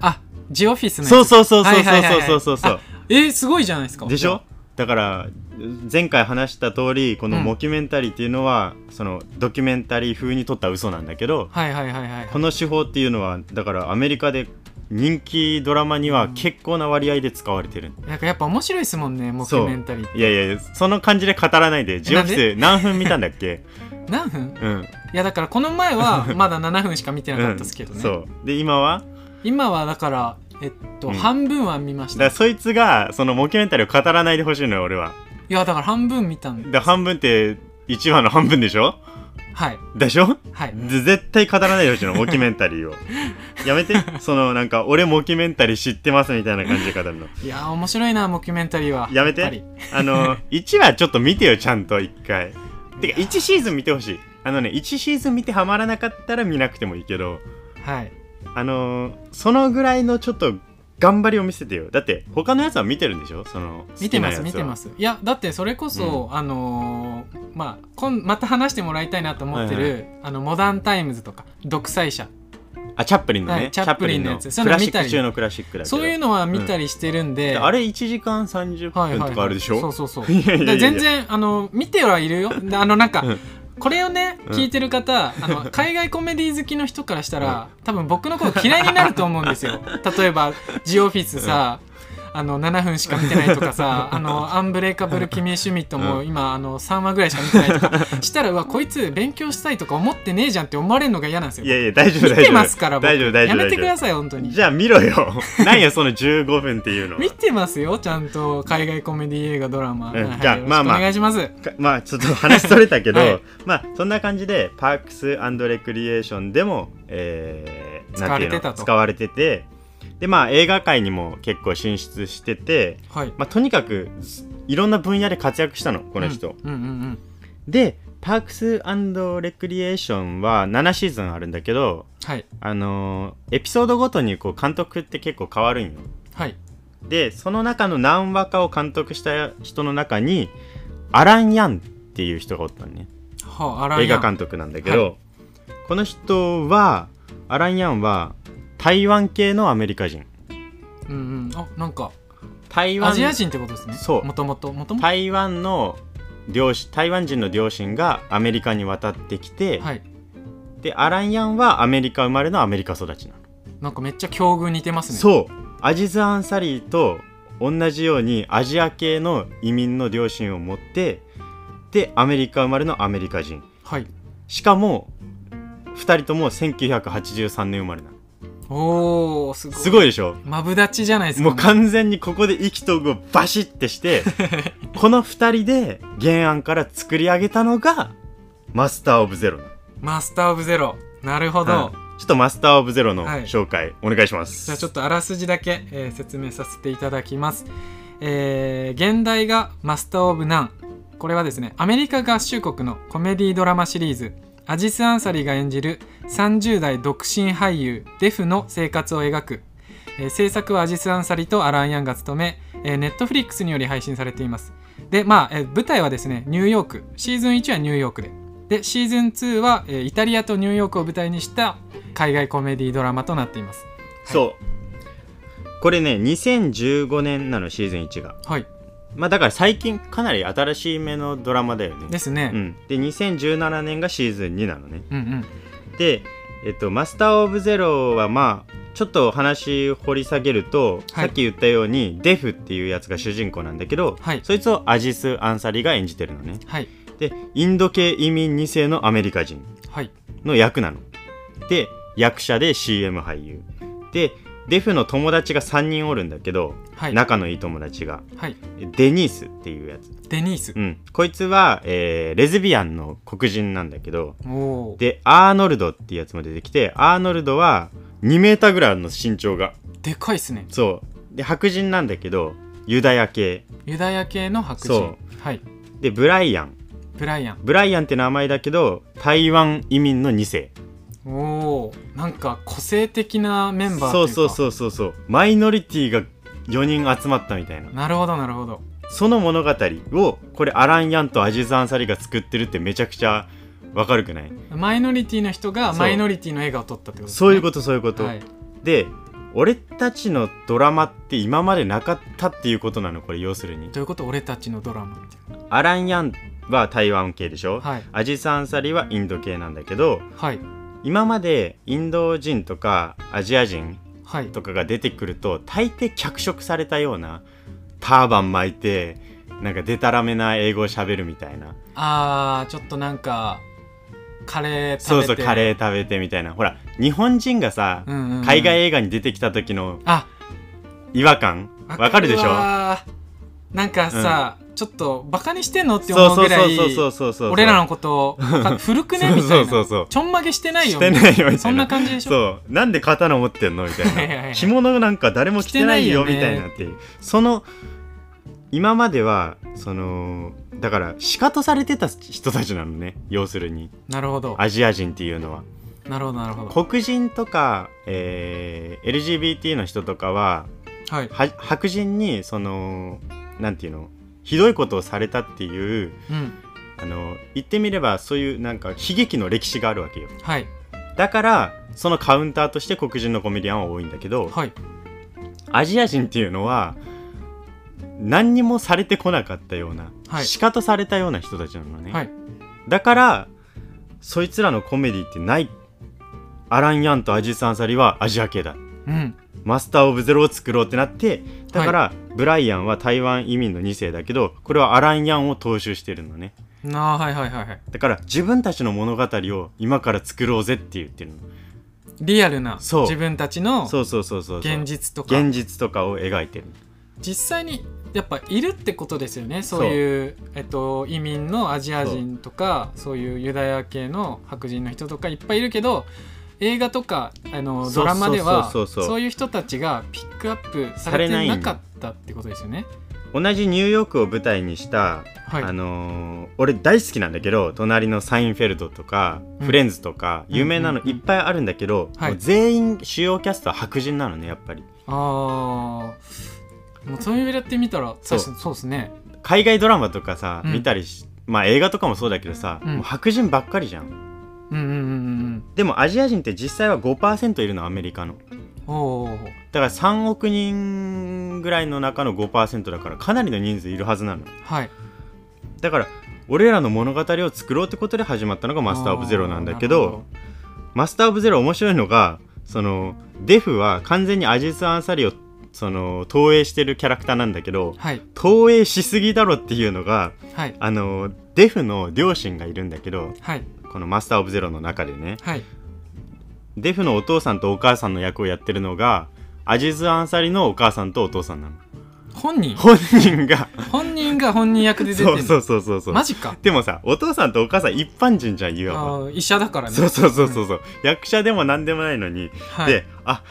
[SPEAKER 3] あジオフィスの
[SPEAKER 2] そう
[SPEAKER 3] う
[SPEAKER 2] そうそうそう
[SPEAKER 3] はいはいはいはい
[SPEAKER 2] そうそうそうそう
[SPEAKER 3] えー、すごいじゃないですか
[SPEAKER 2] でしょだから前回話した通りこの
[SPEAKER 3] うん
[SPEAKER 2] モキュメンタリーっていうのは、そのドキュメンタリー風に撮った嘘なんだけど
[SPEAKER 3] はいはいはいはい
[SPEAKER 2] この手法っていうのはだからアメリカで人気ドラマには結構な割合で使われてる
[SPEAKER 3] なんかやっぱ面白いですもんねモキュメンタリー
[SPEAKER 2] いやいやその感じで語らないでジオフィス何分見たんだっけ
[SPEAKER 3] 何分
[SPEAKER 2] うん、
[SPEAKER 3] (laughs) いやだからこの前
[SPEAKER 2] (laughs)
[SPEAKER 3] はまだ7分しか見てなかったですけど
[SPEAKER 2] う
[SPEAKER 3] ね、
[SPEAKER 2] んそうで今は
[SPEAKER 3] 今はだからえっと、
[SPEAKER 2] うん
[SPEAKER 3] 半分は見まし
[SPEAKER 2] だ
[SPEAKER 3] た
[SPEAKER 2] か
[SPEAKER 3] い
[SPEAKER 2] らそいつがそのモキュメンタリーを語らないでほしいのよ俺は
[SPEAKER 3] やだから半分見たんで
[SPEAKER 2] で半分って1話の半分でしょ
[SPEAKER 3] はい
[SPEAKER 2] でしょ
[SPEAKER 3] はい
[SPEAKER 2] で絶対語らないでほしいのモキュメンタリーをやめてそのなんか俺モキュメンタリー知ってますみたいな感じで語るの
[SPEAKER 3] いやー面白いなモキュメンタリーは
[SPEAKER 2] やめて
[SPEAKER 3] っぱり
[SPEAKER 2] あ
[SPEAKER 3] (laughs)
[SPEAKER 2] の1話ちょっと見てよちゃんと1回てか1シーズン見てほしいあのね1シーズン見てハマらなかったら見なくてもいいけど
[SPEAKER 3] はい
[SPEAKER 2] あのそのぐらいのちょっと頑張りを見せてよだって他のやつは見てるんでしょその
[SPEAKER 3] 見てます見てますすいやだってそれこそ、あのーまあこんまた話してもらいたいなと思ってる、
[SPEAKER 2] はい
[SPEAKER 3] あのモダンタイムズとか独裁者
[SPEAKER 2] あチャップリンのね、
[SPEAKER 3] はいチャップリンのやつ
[SPEAKER 2] チャ
[SPEAKER 3] そ
[SPEAKER 2] ッ
[SPEAKER 3] うい
[SPEAKER 2] プ
[SPEAKER 3] う
[SPEAKER 2] リ
[SPEAKER 3] の
[SPEAKER 2] ンのクラシ
[SPEAKER 3] 見たり
[SPEAKER 2] ック中のクラシックだけど
[SPEAKER 3] そういうのは見たりしてるんで、
[SPEAKER 2] であれ1時間30
[SPEAKER 3] はいはいは
[SPEAKER 2] 分
[SPEAKER 3] い
[SPEAKER 2] とかあるでしょ、
[SPEAKER 3] そうそうそう
[SPEAKER 2] いやいやいや
[SPEAKER 3] で全然あの見てはいるよであのなんか、
[SPEAKER 2] うん
[SPEAKER 3] これをね
[SPEAKER 2] うん
[SPEAKER 3] 聞いてる方、あの海外コメディ好きの人からしたら、多分僕のこと嫌いになると思うんです
[SPEAKER 2] (laughs)
[SPEAKER 3] よ例えば「ジオフィスさ」あの7分しか見てないとか
[SPEAKER 2] (laughs)
[SPEAKER 3] さ「あのアンブレイカブル・キミー・シュミット」も
[SPEAKER 2] う
[SPEAKER 3] 今あの3話ぐらいしか見てないと
[SPEAKER 2] (laughs)
[SPEAKER 3] かしたらうわこいつ勉強したいとか思ってねえじゃんって思われるのが嫌なんですよ
[SPEAKER 2] いやいや大丈
[SPEAKER 3] 見
[SPEAKER 2] 夫大丈夫
[SPEAKER 3] てますから僕
[SPEAKER 2] 大丈夫大丈夫
[SPEAKER 3] やめてくだ
[SPEAKER 2] さ
[SPEAKER 3] さい本当に
[SPEAKER 2] じゃあ見ろよ (laughs) なんやその15分っていうのは
[SPEAKER 3] 見てますよちゃんと海外コメディ映画ドラマ、
[SPEAKER 2] うん
[SPEAKER 3] はい
[SPEAKER 2] じゃあ
[SPEAKER 3] よろしく
[SPEAKER 2] まあまあ
[SPEAKER 3] お願いします
[SPEAKER 2] か (laughs) まあちょっと話それたけど、
[SPEAKER 3] はい
[SPEAKER 2] まあそんな感じでパークスレクリエーションでも、えー、なんいう
[SPEAKER 3] 使われて
[SPEAKER 2] の
[SPEAKER 3] たと
[SPEAKER 2] 使われててでまあ映画界にも結構進出してて、
[SPEAKER 3] はい
[SPEAKER 2] まあ、とにかくいろんな分野で活躍したのこの人、
[SPEAKER 3] うん、うんうんうん
[SPEAKER 2] でパークスレクリエーションは7シーズンあるんだけど
[SPEAKER 3] はい
[SPEAKER 2] あのーエピソードごとにこう監督って結構変わるんよ
[SPEAKER 3] はい
[SPEAKER 2] でその中の何話かを監督した人の中にアラン・ヤンっていう人がおったのね
[SPEAKER 3] はあ、アラン
[SPEAKER 2] 映
[SPEAKER 3] ヤン
[SPEAKER 2] 画監督なんだけど、この人はアラン・ヤンは台湾系のアメリカ人
[SPEAKER 3] うんうんあなんか
[SPEAKER 2] 台湾
[SPEAKER 3] アジア人ってことですね
[SPEAKER 2] そう
[SPEAKER 3] もともともともと
[SPEAKER 2] 台湾の両親台湾人の両親がアメリカに渡ってきて、
[SPEAKER 3] はい
[SPEAKER 2] でアラン・ヤンはアメリカ生まれのアメリカ育ちなの、
[SPEAKER 3] なんかめっちゃ境遇似てますねう
[SPEAKER 2] そうアジズ・アンサリーと同じようにアジア系の移民の両親を持ってでアメリカ生まれのアメリカ人
[SPEAKER 3] はい
[SPEAKER 2] しかも2人とも1983年生まれなの
[SPEAKER 3] おーすごい
[SPEAKER 2] すごいでしょ
[SPEAKER 3] マブダチじゃないですか
[SPEAKER 2] もう完全にここで意気投合バシッてして
[SPEAKER 3] (laughs)
[SPEAKER 2] この2人で原案から作り上げたのがマスター・オブ・ゼロ、
[SPEAKER 3] マスター・オブ・ゼロなるほど、
[SPEAKER 2] はいちょっとマスター・オブ・ゼロの
[SPEAKER 3] はい
[SPEAKER 2] 紹介お願いします、
[SPEAKER 3] じゃあちょっとあらすじだけ、えー説明させていただきます、えー現代がマスター・オブ・ナンこれはですねアメリカ合衆国のコメディドラマシリーズアジス・アンサリが演じる30代独身俳優デフの生活を描く、えー制作はアジス・アンサリとアラン・ヤンが務め、えー、ネットフリックスにより配信されていますでまあ、えー舞台はですねニューヨークシーズン1はニューヨークででシーズン2は、えーイタリアとニューヨークを舞台にした海外コメディドラマとなっています
[SPEAKER 2] そうこれね2015年なのシーズン1が
[SPEAKER 3] はい
[SPEAKER 2] まあだから最近かなり新しい目のドラマだよね
[SPEAKER 3] ですね、
[SPEAKER 2] うん、で2017年がシーズン2なのね
[SPEAKER 3] うんうん
[SPEAKER 2] で、えっと、マスター・オブ・ゼロはまあちょっと話掘り下げると、
[SPEAKER 3] はい
[SPEAKER 2] さっき言ったようにデフっていうやつが主人公なんだけど、
[SPEAKER 3] はい
[SPEAKER 2] そいつをアジス・アンサリが演じてるのね
[SPEAKER 3] はい
[SPEAKER 2] でインド系移民2世のアメリカ人
[SPEAKER 3] はい
[SPEAKER 2] の役なので役者で CM 俳優でデフの友達が3人おるんだけど、
[SPEAKER 3] はい
[SPEAKER 2] 仲のいい友達が
[SPEAKER 3] はい
[SPEAKER 2] デニースっていうやつ、
[SPEAKER 3] デニース
[SPEAKER 2] う、ん、こいつは、えーレズビアンの黒人なんだけど
[SPEAKER 3] おおで
[SPEAKER 2] でアーノルドっていうやつも出てきてアーノルドは2メーターぐらいあるの身長が
[SPEAKER 3] かいっすね
[SPEAKER 2] そうで白人なんだけどユダヤ系
[SPEAKER 3] ユダヤ系の白
[SPEAKER 2] そ
[SPEAKER 3] 人はい
[SPEAKER 2] でブライアン
[SPEAKER 3] ブライアン
[SPEAKER 2] ブライアンって名前だけど台湾移民の2世
[SPEAKER 3] おおんか個性的なメンバー
[SPEAKER 2] そうそう
[SPEAKER 3] う
[SPEAKER 2] そうそうそうマイノリティが4人集まったみたいな
[SPEAKER 3] なるほどなるほど
[SPEAKER 2] その物語をこれアラン・ヤンとアジズ・アンサリが作ってるってめちゃくちゃわかるくない
[SPEAKER 3] マイノリティの人が
[SPEAKER 2] そう
[SPEAKER 3] マイノリティの映画を撮ったってことですね
[SPEAKER 2] そういうことそういうこと、
[SPEAKER 3] はい、
[SPEAKER 2] で俺たちのドラマって今までなかったっていうことなのこれ要するに
[SPEAKER 3] ということ俺たちのドラマみたい
[SPEAKER 2] アラン・ヤンは台湾系でしょ、
[SPEAKER 3] なはい
[SPEAKER 2] アジサンサリはインド系なんだけど
[SPEAKER 3] はい
[SPEAKER 2] 今までインド人とかアジア人
[SPEAKER 3] はい
[SPEAKER 2] とかが出てくると大抵脚色されたようなターバン巻いてなんかでたらめな英語をしゃべるみたいな
[SPEAKER 3] あーちょっとなんかカレー食
[SPEAKER 2] そう
[SPEAKER 3] べて
[SPEAKER 2] そうカレー食べてみたいなほら日本人がさ、
[SPEAKER 3] うんうんうん
[SPEAKER 2] 海外映画に出てきた時の
[SPEAKER 3] あ
[SPEAKER 2] 違和感わかるでしょ
[SPEAKER 3] わなんかさ、ちょっとバカにしてんのって
[SPEAKER 2] そ
[SPEAKER 3] 思う
[SPEAKER 2] うそ
[SPEAKER 3] ぐ
[SPEAKER 2] う
[SPEAKER 3] らい
[SPEAKER 2] そうそうそうそう
[SPEAKER 3] 俺らのこと
[SPEAKER 2] (laughs)
[SPEAKER 3] か古くねみたいな
[SPEAKER 2] そうそうそう
[SPEAKER 3] ちょんまげしてないよ
[SPEAKER 2] してないよみたいな
[SPEAKER 3] そんな感じでしょ
[SPEAKER 2] そうなんで刀持ってんのみた
[SPEAKER 3] はいいはいは
[SPEAKER 2] ない着物なんか誰も着てないよ
[SPEAKER 3] 着て
[SPEAKER 2] み
[SPEAKER 3] ないよ
[SPEAKER 2] た
[SPEAKER 3] ね
[SPEAKER 2] いなっていうその今まではそのだから仕方されてた人たちなのね要するに
[SPEAKER 3] なるほど
[SPEAKER 2] アジア人っていうのは
[SPEAKER 3] なるほどなるほど
[SPEAKER 2] 黒人とか、えー LGBT の人とかは
[SPEAKER 3] はい、
[SPEAKER 2] は白人にそのなんていうのひどいことをされたっていう
[SPEAKER 3] うん、
[SPEAKER 2] あの言ってみればそういうなんか悲劇の歴史があるわけよ
[SPEAKER 3] はい
[SPEAKER 2] だからそのカウンターとして黒人のコメディアンは多いんだけど、
[SPEAKER 3] はい
[SPEAKER 2] アジア人っていうのは何にもされてこなかったような、
[SPEAKER 3] はい
[SPEAKER 2] 仕方されたような人たちなのね、
[SPEAKER 3] はい
[SPEAKER 2] だからそいつらのコメディってないアラン・ヤンとアジス・アンサリはアジア系だ
[SPEAKER 3] うん
[SPEAKER 2] マスター・オブ・ゼロを作ろうってなってだから、ブライアンは台湾移民の2世だけどこれはアラン・ヤンを踏襲してるのね
[SPEAKER 3] なあはいはいはいはい
[SPEAKER 2] だから自分たちの物語を今から作ろうぜって言ってるの
[SPEAKER 3] リアルな
[SPEAKER 2] そう
[SPEAKER 3] 自分たちの
[SPEAKER 2] そうそうそうそうそう
[SPEAKER 3] 現実とか
[SPEAKER 2] 現実とかを描いてる
[SPEAKER 3] 実際にやっぱいるってことですよねそういうえっと、移民のアジア人とかそういうユダヤ系の白人の人とかいっぱいいるけど映画とかあの
[SPEAKER 2] そ
[SPEAKER 3] ド
[SPEAKER 2] うそうそうそう
[SPEAKER 3] ラマでは
[SPEAKER 2] そうそう
[SPEAKER 3] そういう人たちがピックアップされてなかったってことですよね。
[SPEAKER 2] 同じニューヨークを舞台にした
[SPEAKER 3] はい、
[SPEAKER 2] あのー俺大好きなんだけど隣のサインフェルドとか、
[SPEAKER 3] うん
[SPEAKER 2] フレンズとか
[SPEAKER 3] うん
[SPEAKER 2] 有名なのいっぱいあるんだけど、
[SPEAKER 3] はい
[SPEAKER 2] もう全員主要キャストは白人なのねやっぱり
[SPEAKER 3] あーもうそういうやってみたら
[SPEAKER 2] そう
[SPEAKER 3] 確かにそうですね。
[SPEAKER 2] 海外ドラマとかさ、
[SPEAKER 3] うん
[SPEAKER 2] 見たりしまあ映画とかもそうだけどさ、
[SPEAKER 3] うん
[SPEAKER 2] もう白人ばっかりじゃん
[SPEAKER 3] うんうんうん
[SPEAKER 2] でもアジア人って実際は5%いるのアメリカの
[SPEAKER 3] うん。おお。
[SPEAKER 2] だから3億人ぐらいの中の5%だからかなりの人数いるはずなの
[SPEAKER 3] はい。
[SPEAKER 2] だから俺らの物語を作ろうってことで始まったのが「マスター・オブ・ゼロ」なんだけ
[SPEAKER 3] あーなる
[SPEAKER 2] ど
[SPEAKER 3] ほ
[SPEAKER 2] マスター・オブ・ゼロ面白いのがそのデフは完全にアジス・アンサリをその投影してるキャラクターなんだけど
[SPEAKER 3] どはい
[SPEAKER 2] 投影しすぎだろっていうのが
[SPEAKER 3] はい
[SPEAKER 2] あのデフの両親がいるんだけど
[SPEAKER 3] はい
[SPEAKER 2] この「マスター・オブ・ゼロ」の中でね
[SPEAKER 3] はい。
[SPEAKER 2] デフのお父さんとお母さんの役をやってるのがアジス・アンサリのお母さんとお父さんなの
[SPEAKER 3] 本人
[SPEAKER 2] 本人が
[SPEAKER 3] 本人が本人役で出てる
[SPEAKER 2] そ
[SPEAKER 3] の
[SPEAKER 2] うそうそうそうそう
[SPEAKER 3] マジか
[SPEAKER 2] でもさお父さんとお母さん一般人じゃんいわば
[SPEAKER 3] あー医者だからね
[SPEAKER 2] そうそうそうそうそう、役者でも何でもないのに
[SPEAKER 3] はい、
[SPEAKER 2] であ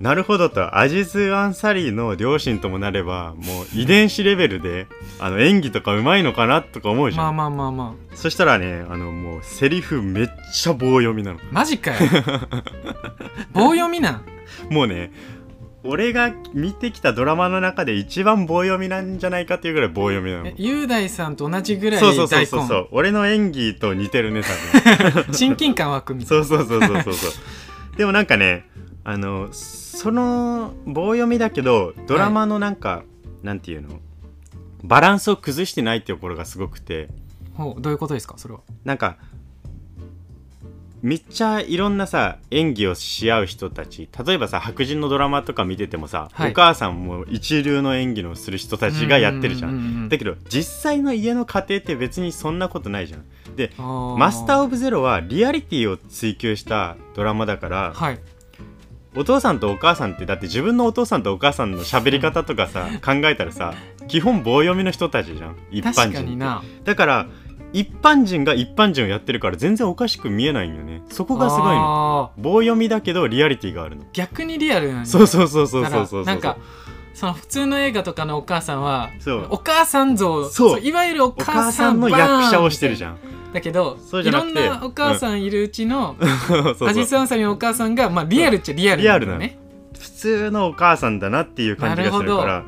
[SPEAKER 2] なるほどとアジズ・アンサリーの両親ともなればもう遺伝子レベルであの演技とかうまいのかなとか思うじゃん、
[SPEAKER 3] まあまあまあま
[SPEAKER 2] そしたらねあのもうセリフめっちゃ棒読みなの
[SPEAKER 3] あマジ
[SPEAKER 2] (laughs)
[SPEAKER 3] かよ棒読みなん
[SPEAKER 2] もうね俺が見てきたドラマの中で一番棒読みなんじゃないかっていうぐらい棒読みなの
[SPEAKER 3] え雄大さんと同じぐらい
[SPEAKER 2] そ
[SPEAKER 3] 大
[SPEAKER 2] う
[SPEAKER 3] 根
[SPEAKER 2] そうそうそうそう俺の演技と似てるね多分
[SPEAKER 3] 親近感湧くみたい
[SPEAKER 2] そうそうそうそうそうそう (laughs) でもなんかねあのその棒読みだけどドラマのなんか、なんていうのバランスを崩してないっていうところがすごくて
[SPEAKER 3] なほうどういうことですかそれは
[SPEAKER 2] なんかめっちゃいろんなさ演技をし合う人たち例えばさ白人のドラマとか見ててもさ、
[SPEAKER 3] はい
[SPEAKER 2] お母さんも一流の演技をする人たちがやってるじゃん
[SPEAKER 3] うううう
[SPEAKER 2] だけど実際の家の家庭って別にそんなことないじゃんで
[SPEAKER 3] あー
[SPEAKER 2] マスター・オブ・ゼロはリアリティを追求したドラマだから、
[SPEAKER 3] はい
[SPEAKER 2] お父さんとお母さんってだって自分のお父さんとお母さんの喋り方とかさ考えたらさ基本棒読みの人たちじゃん一般人
[SPEAKER 3] 確かにな
[SPEAKER 2] だから一般人が一般人をやってるから全然おかしく見えないんよねそこがすごいの
[SPEAKER 3] あー
[SPEAKER 2] 棒読みだけどリアリティがあるの
[SPEAKER 3] 逆にリアルなんだ
[SPEAKER 2] そうそうそうそう
[SPEAKER 3] だか
[SPEAKER 2] そ
[SPEAKER 3] ら
[SPEAKER 2] うそう
[SPEAKER 3] なんかその普通の映画とかのお母さんは
[SPEAKER 2] そう
[SPEAKER 3] お母さん像
[SPEAKER 2] そう
[SPEAKER 3] いわゆるお
[SPEAKER 2] お母
[SPEAKER 3] 母
[SPEAKER 2] さ
[SPEAKER 3] さ
[SPEAKER 2] ん
[SPEAKER 3] ん
[SPEAKER 2] の役者をしてるじ
[SPEAKER 3] ゃん
[SPEAKER 2] ゃん
[SPEAKER 3] だけど
[SPEAKER 2] そうじ
[SPEAKER 3] い
[SPEAKER 2] ゃな
[SPEAKER 3] ろ
[SPEAKER 2] く
[SPEAKER 3] ん
[SPEAKER 2] て
[SPEAKER 3] なお母さんいるうちの、
[SPEAKER 2] そうそう
[SPEAKER 3] アジス・アンサリーのお母さんが、まあ、リアルっちゃリアルなんだよね
[SPEAKER 2] 普通のお母さんだなっていう感じがするから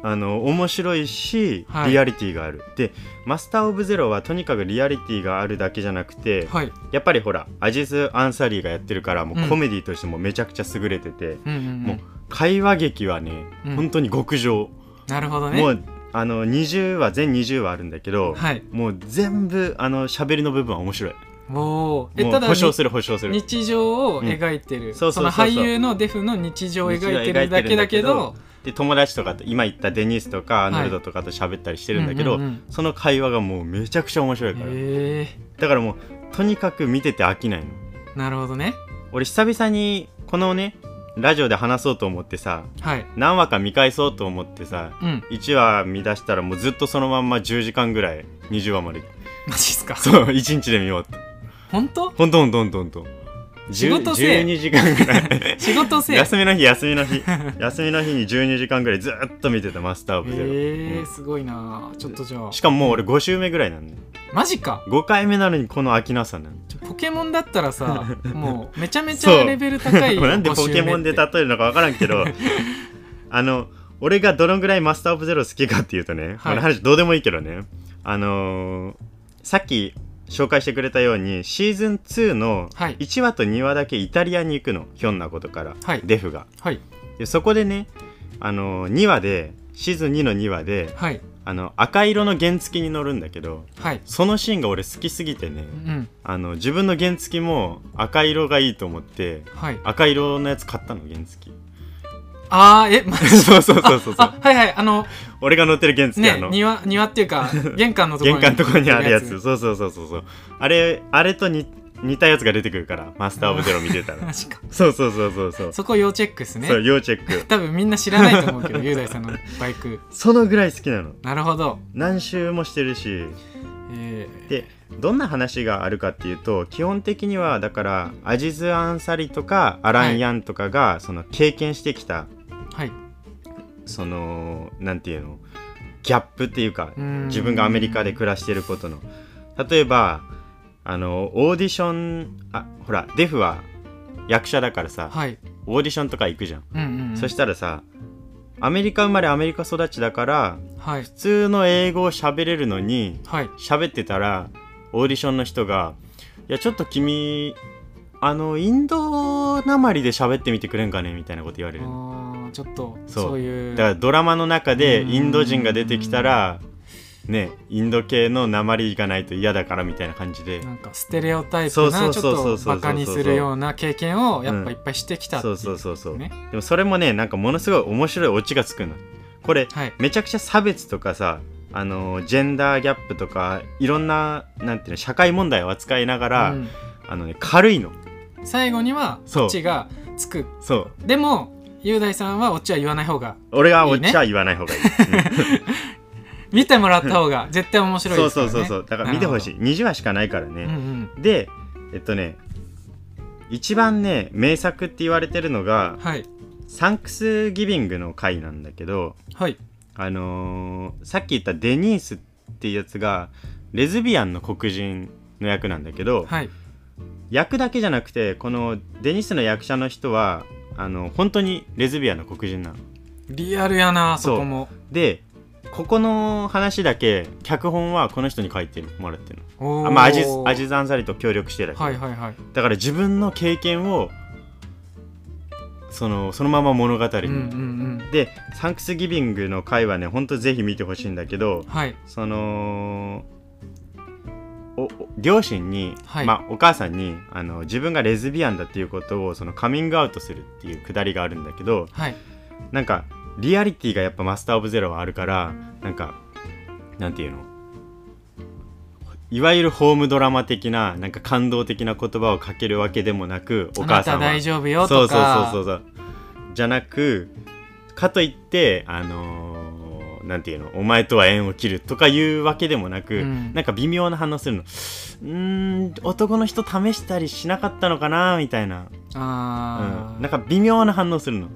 [SPEAKER 2] あの面白いし、
[SPEAKER 3] はい
[SPEAKER 2] リアリティがあるで「マスター・オブ・ゼロ」はとにかくリアリティがあるだけじゃなくて、
[SPEAKER 3] はい、
[SPEAKER 2] やっぱりほらアジス・アンサリーがやってるからもううんコメディとしてもめちゃくちゃ優れてて、
[SPEAKER 3] うんうんうん
[SPEAKER 2] もう会話劇はね、
[SPEAKER 3] うん
[SPEAKER 2] 本当に極上、
[SPEAKER 3] なるほどね
[SPEAKER 2] もうあの20話全20話あるんだけど、
[SPEAKER 3] はい
[SPEAKER 2] もう全部あの喋りの部分は面白い
[SPEAKER 3] おーえ
[SPEAKER 2] も
[SPEAKER 3] た
[SPEAKER 2] う
[SPEAKER 3] だ
[SPEAKER 2] 保証する保証する
[SPEAKER 3] 日常を描いてる、
[SPEAKER 2] んそ
[SPEAKER 3] そう
[SPEAKER 2] そうそうそう
[SPEAKER 3] の俳優のデフの日常を描いてるだけだけど
[SPEAKER 2] で友達とかと今言ったデニスとかアーノルドとかと喋ったりしてるんだけど、
[SPEAKER 3] うんうんうん
[SPEAKER 2] その会話がもうめちゃくちゃ面白いから、
[SPEAKER 3] へえ
[SPEAKER 2] だからもうとにかく見てて飽きないの
[SPEAKER 3] なるほどね
[SPEAKER 2] 俺久々にこのねラジオで話そうと思ってさ
[SPEAKER 3] はい
[SPEAKER 2] 何話か見返そうと思ってさ (laughs)
[SPEAKER 3] うん
[SPEAKER 2] 1話見出したらもうずっとそのまんま10時間ぐらい20話まで
[SPEAKER 3] マジっすか
[SPEAKER 2] そう1日で見ようって
[SPEAKER 3] 本当
[SPEAKER 2] ほんとほんとほんとほんと
[SPEAKER 3] 仕事せえ
[SPEAKER 2] 12時間ぐらい
[SPEAKER 3] 仕事 (laughs) せえ
[SPEAKER 2] 休みの日休みの日休みの日に12時間ぐらいずっと見てたマスター・オブ・ゼロ、
[SPEAKER 3] え
[SPEAKER 2] う
[SPEAKER 3] ー、すごいなちょっとじゃあ
[SPEAKER 2] んしかももう俺5週目ぐらいなんで
[SPEAKER 3] マジか
[SPEAKER 2] 5回目なのにこの飽きなさなの
[SPEAKER 3] ちょポケモンだったら
[SPEAKER 2] (laughs)
[SPEAKER 3] さもうめちゃめち
[SPEAKER 2] そ
[SPEAKER 3] ゃ
[SPEAKER 2] う
[SPEAKER 3] レベル高い
[SPEAKER 2] (laughs) なんでポケモンで例
[SPEAKER 3] た
[SPEAKER 2] えるのか分からんけ
[SPEAKER 3] (laughs)
[SPEAKER 2] どあの俺がどのぐらいマスター・オブ・ゼロ好きかっていうと
[SPEAKER 3] は
[SPEAKER 2] ね、
[SPEAKER 3] い
[SPEAKER 2] この話どうでもいいけどねあのーさっき紹介してくれたようにシーズン2の
[SPEAKER 3] はい
[SPEAKER 2] 1話と2話だけイタリアに行くの、ひょんなことから、
[SPEAKER 3] はい
[SPEAKER 2] デフが
[SPEAKER 3] はい
[SPEAKER 2] でそこでね、あのー2話でシーズン2の2話で
[SPEAKER 3] はい
[SPEAKER 2] あの赤色の原付に乗るんだけど
[SPEAKER 3] はい
[SPEAKER 2] そのシーンが俺好きすぎてね、
[SPEAKER 3] うん
[SPEAKER 2] あの自分の原付も赤色がいいと思って
[SPEAKER 3] はい
[SPEAKER 2] 赤色のやつ買ったの原付 (laughs)
[SPEAKER 3] あーえマジ
[SPEAKER 2] そうそうそうそうそ
[SPEAKER 3] あ
[SPEAKER 2] う
[SPEAKER 3] はいはいあの
[SPEAKER 2] 俺が乗ってる原付、あ
[SPEAKER 3] ね
[SPEAKER 2] の
[SPEAKER 3] 庭庭っていうか玄関のところ
[SPEAKER 2] 玄関のところにあるやつ
[SPEAKER 3] や
[SPEAKER 2] そうそうそうそうそうあれあれとに似たやつが出てくるからマスター・オブ・ゼロ見てた
[SPEAKER 3] マ
[SPEAKER 2] (laughs) ら
[SPEAKER 3] ジか
[SPEAKER 2] そうそうそうそうそう
[SPEAKER 3] そこ要チェックっすね
[SPEAKER 2] そう要チェック
[SPEAKER 3] 多分みんな知らないと思うけど雄大さんのバイク
[SPEAKER 2] そのぐらい好きなの
[SPEAKER 3] なるほど、
[SPEAKER 2] 何周もしてるし
[SPEAKER 3] えー
[SPEAKER 2] でどんな話があるかっていうと基本的にはだからアジズ・アンサリとかアラン・ヤンとかがその経験してきた
[SPEAKER 3] はい
[SPEAKER 2] そのなんていうのギャップっていうか
[SPEAKER 3] うん
[SPEAKER 2] 自分がアメリカで暮らしてることの例えばあのオーディションあほらデフは役者だからさ
[SPEAKER 3] はい
[SPEAKER 2] オーディションとか行くじゃん、
[SPEAKER 3] うんうんうん
[SPEAKER 2] そしたらさアメリカ生まれアメリカ育ちだから
[SPEAKER 3] はい
[SPEAKER 2] 普通の英語を喋れるのに
[SPEAKER 3] はい
[SPEAKER 2] 喋ってたらオーディションの人が「いやちょっと君あのインドなまりで喋ってみてくれんかね」みたいなこと言われ
[SPEAKER 3] あ
[SPEAKER 2] るの
[SPEAKER 3] ーちょっと
[SPEAKER 2] そう
[SPEAKER 3] そういう
[SPEAKER 2] だからドラマの中でインド人が出てきたらねインド系の鉛がないと嫌だからみたいな感じで
[SPEAKER 3] なんかステレオタイ
[SPEAKER 2] そ
[SPEAKER 3] プ
[SPEAKER 2] うそ
[SPEAKER 3] な
[SPEAKER 2] う
[SPEAKER 3] ちょ
[SPEAKER 2] そ
[SPEAKER 3] っ
[SPEAKER 2] うそうそ
[SPEAKER 3] と
[SPEAKER 2] う
[SPEAKER 3] バカにするような経験をやっぱいっぱいしてきたってい
[SPEAKER 2] そうそうそうそう
[SPEAKER 3] ね
[SPEAKER 2] でもそれもねなんかものすごい面白いオチがつくのこれ
[SPEAKER 3] はい
[SPEAKER 2] めちゃくちゃ差別とかさあのジェンダーギャップとかいろんななんていうの社会問題を扱いながら、
[SPEAKER 3] うん
[SPEAKER 2] あのね軽いの
[SPEAKER 3] 最後には
[SPEAKER 2] そう
[SPEAKER 3] オチがつく
[SPEAKER 2] そう
[SPEAKER 3] でも雄大さんはオチは言わない方が
[SPEAKER 2] 俺はいオ
[SPEAKER 3] いね
[SPEAKER 2] チは言わない方がいい
[SPEAKER 3] 見てもらった方が絶対面白い
[SPEAKER 2] そ
[SPEAKER 3] で
[SPEAKER 2] う
[SPEAKER 3] すから、
[SPEAKER 2] そう
[SPEAKER 3] ね、
[SPEAKER 2] そうそうだから見てほしい20話しかないからね、
[SPEAKER 3] なるほどうん
[SPEAKER 2] でえっとね一番ね名作って言われてるのが
[SPEAKER 3] うんはい
[SPEAKER 2] サンクスギビングの回なんだけど
[SPEAKER 3] はい
[SPEAKER 2] あのーさっき言ったデニースっていうやつがレズビアンの黒人の役なんだけど、
[SPEAKER 3] はい
[SPEAKER 2] 役だけじゃなくてこのデニスの役者の人はあの本当にレズビアンの黒人なの。
[SPEAKER 3] リアルやな
[SPEAKER 2] そう
[SPEAKER 3] そこも
[SPEAKER 2] でここの話だけ脚本はこの人に書いてもらってる
[SPEAKER 3] お
[SPEAKER 2] の。
[SPEAKER 3] ー
[SPEAKER 2] あまあ、アジズアジザンサリと協力してだけど、
[SPEAKER 3] はいはいはい
[SPEAKER 2] だから自分の経験をそのそのまま物語に、
[SPEAKER 3] うんうんうん
[SPEAKER 2] でサンクスギビングの回はねほんとぜひ見てほしいんだけど
[SPEAKER 3] はい
[SPEAKER 2] そのおお両親に、
[SPEAKER 3] はい
[SPEAKER 2] まあ、お母さんにあの自分がレズビアンだっていうことをそのカミングアウトするっていうくだりがあるんだけど
[SPEAKER 3] はい
[SPEAKER 2] なんかリアリティがやっぱマスター・オブ・ゼロはあるからなんかなんていうのいわゆるホームドラマ的ななんか感動的な言葉をかけるわけでもなくお母さん
[SPEAKER 3] あなた
[SPEAKER 2] は
[SPEAKER 3] 大丈夫よとか
[SPEAKER 2] そうそうそうそうそうじゃなくかといってあのーなんていうのお前とは縁を切るとかいうわけでもなく、
[SPEAKER 3] うん
[SPEAKER 2] なんか微妙な反応するのうーん男の人試したりしなかったのかなみたいな、
[SPEAKER 3] あー、
[SPEAKER 2] うん、なんか微妙な反応するの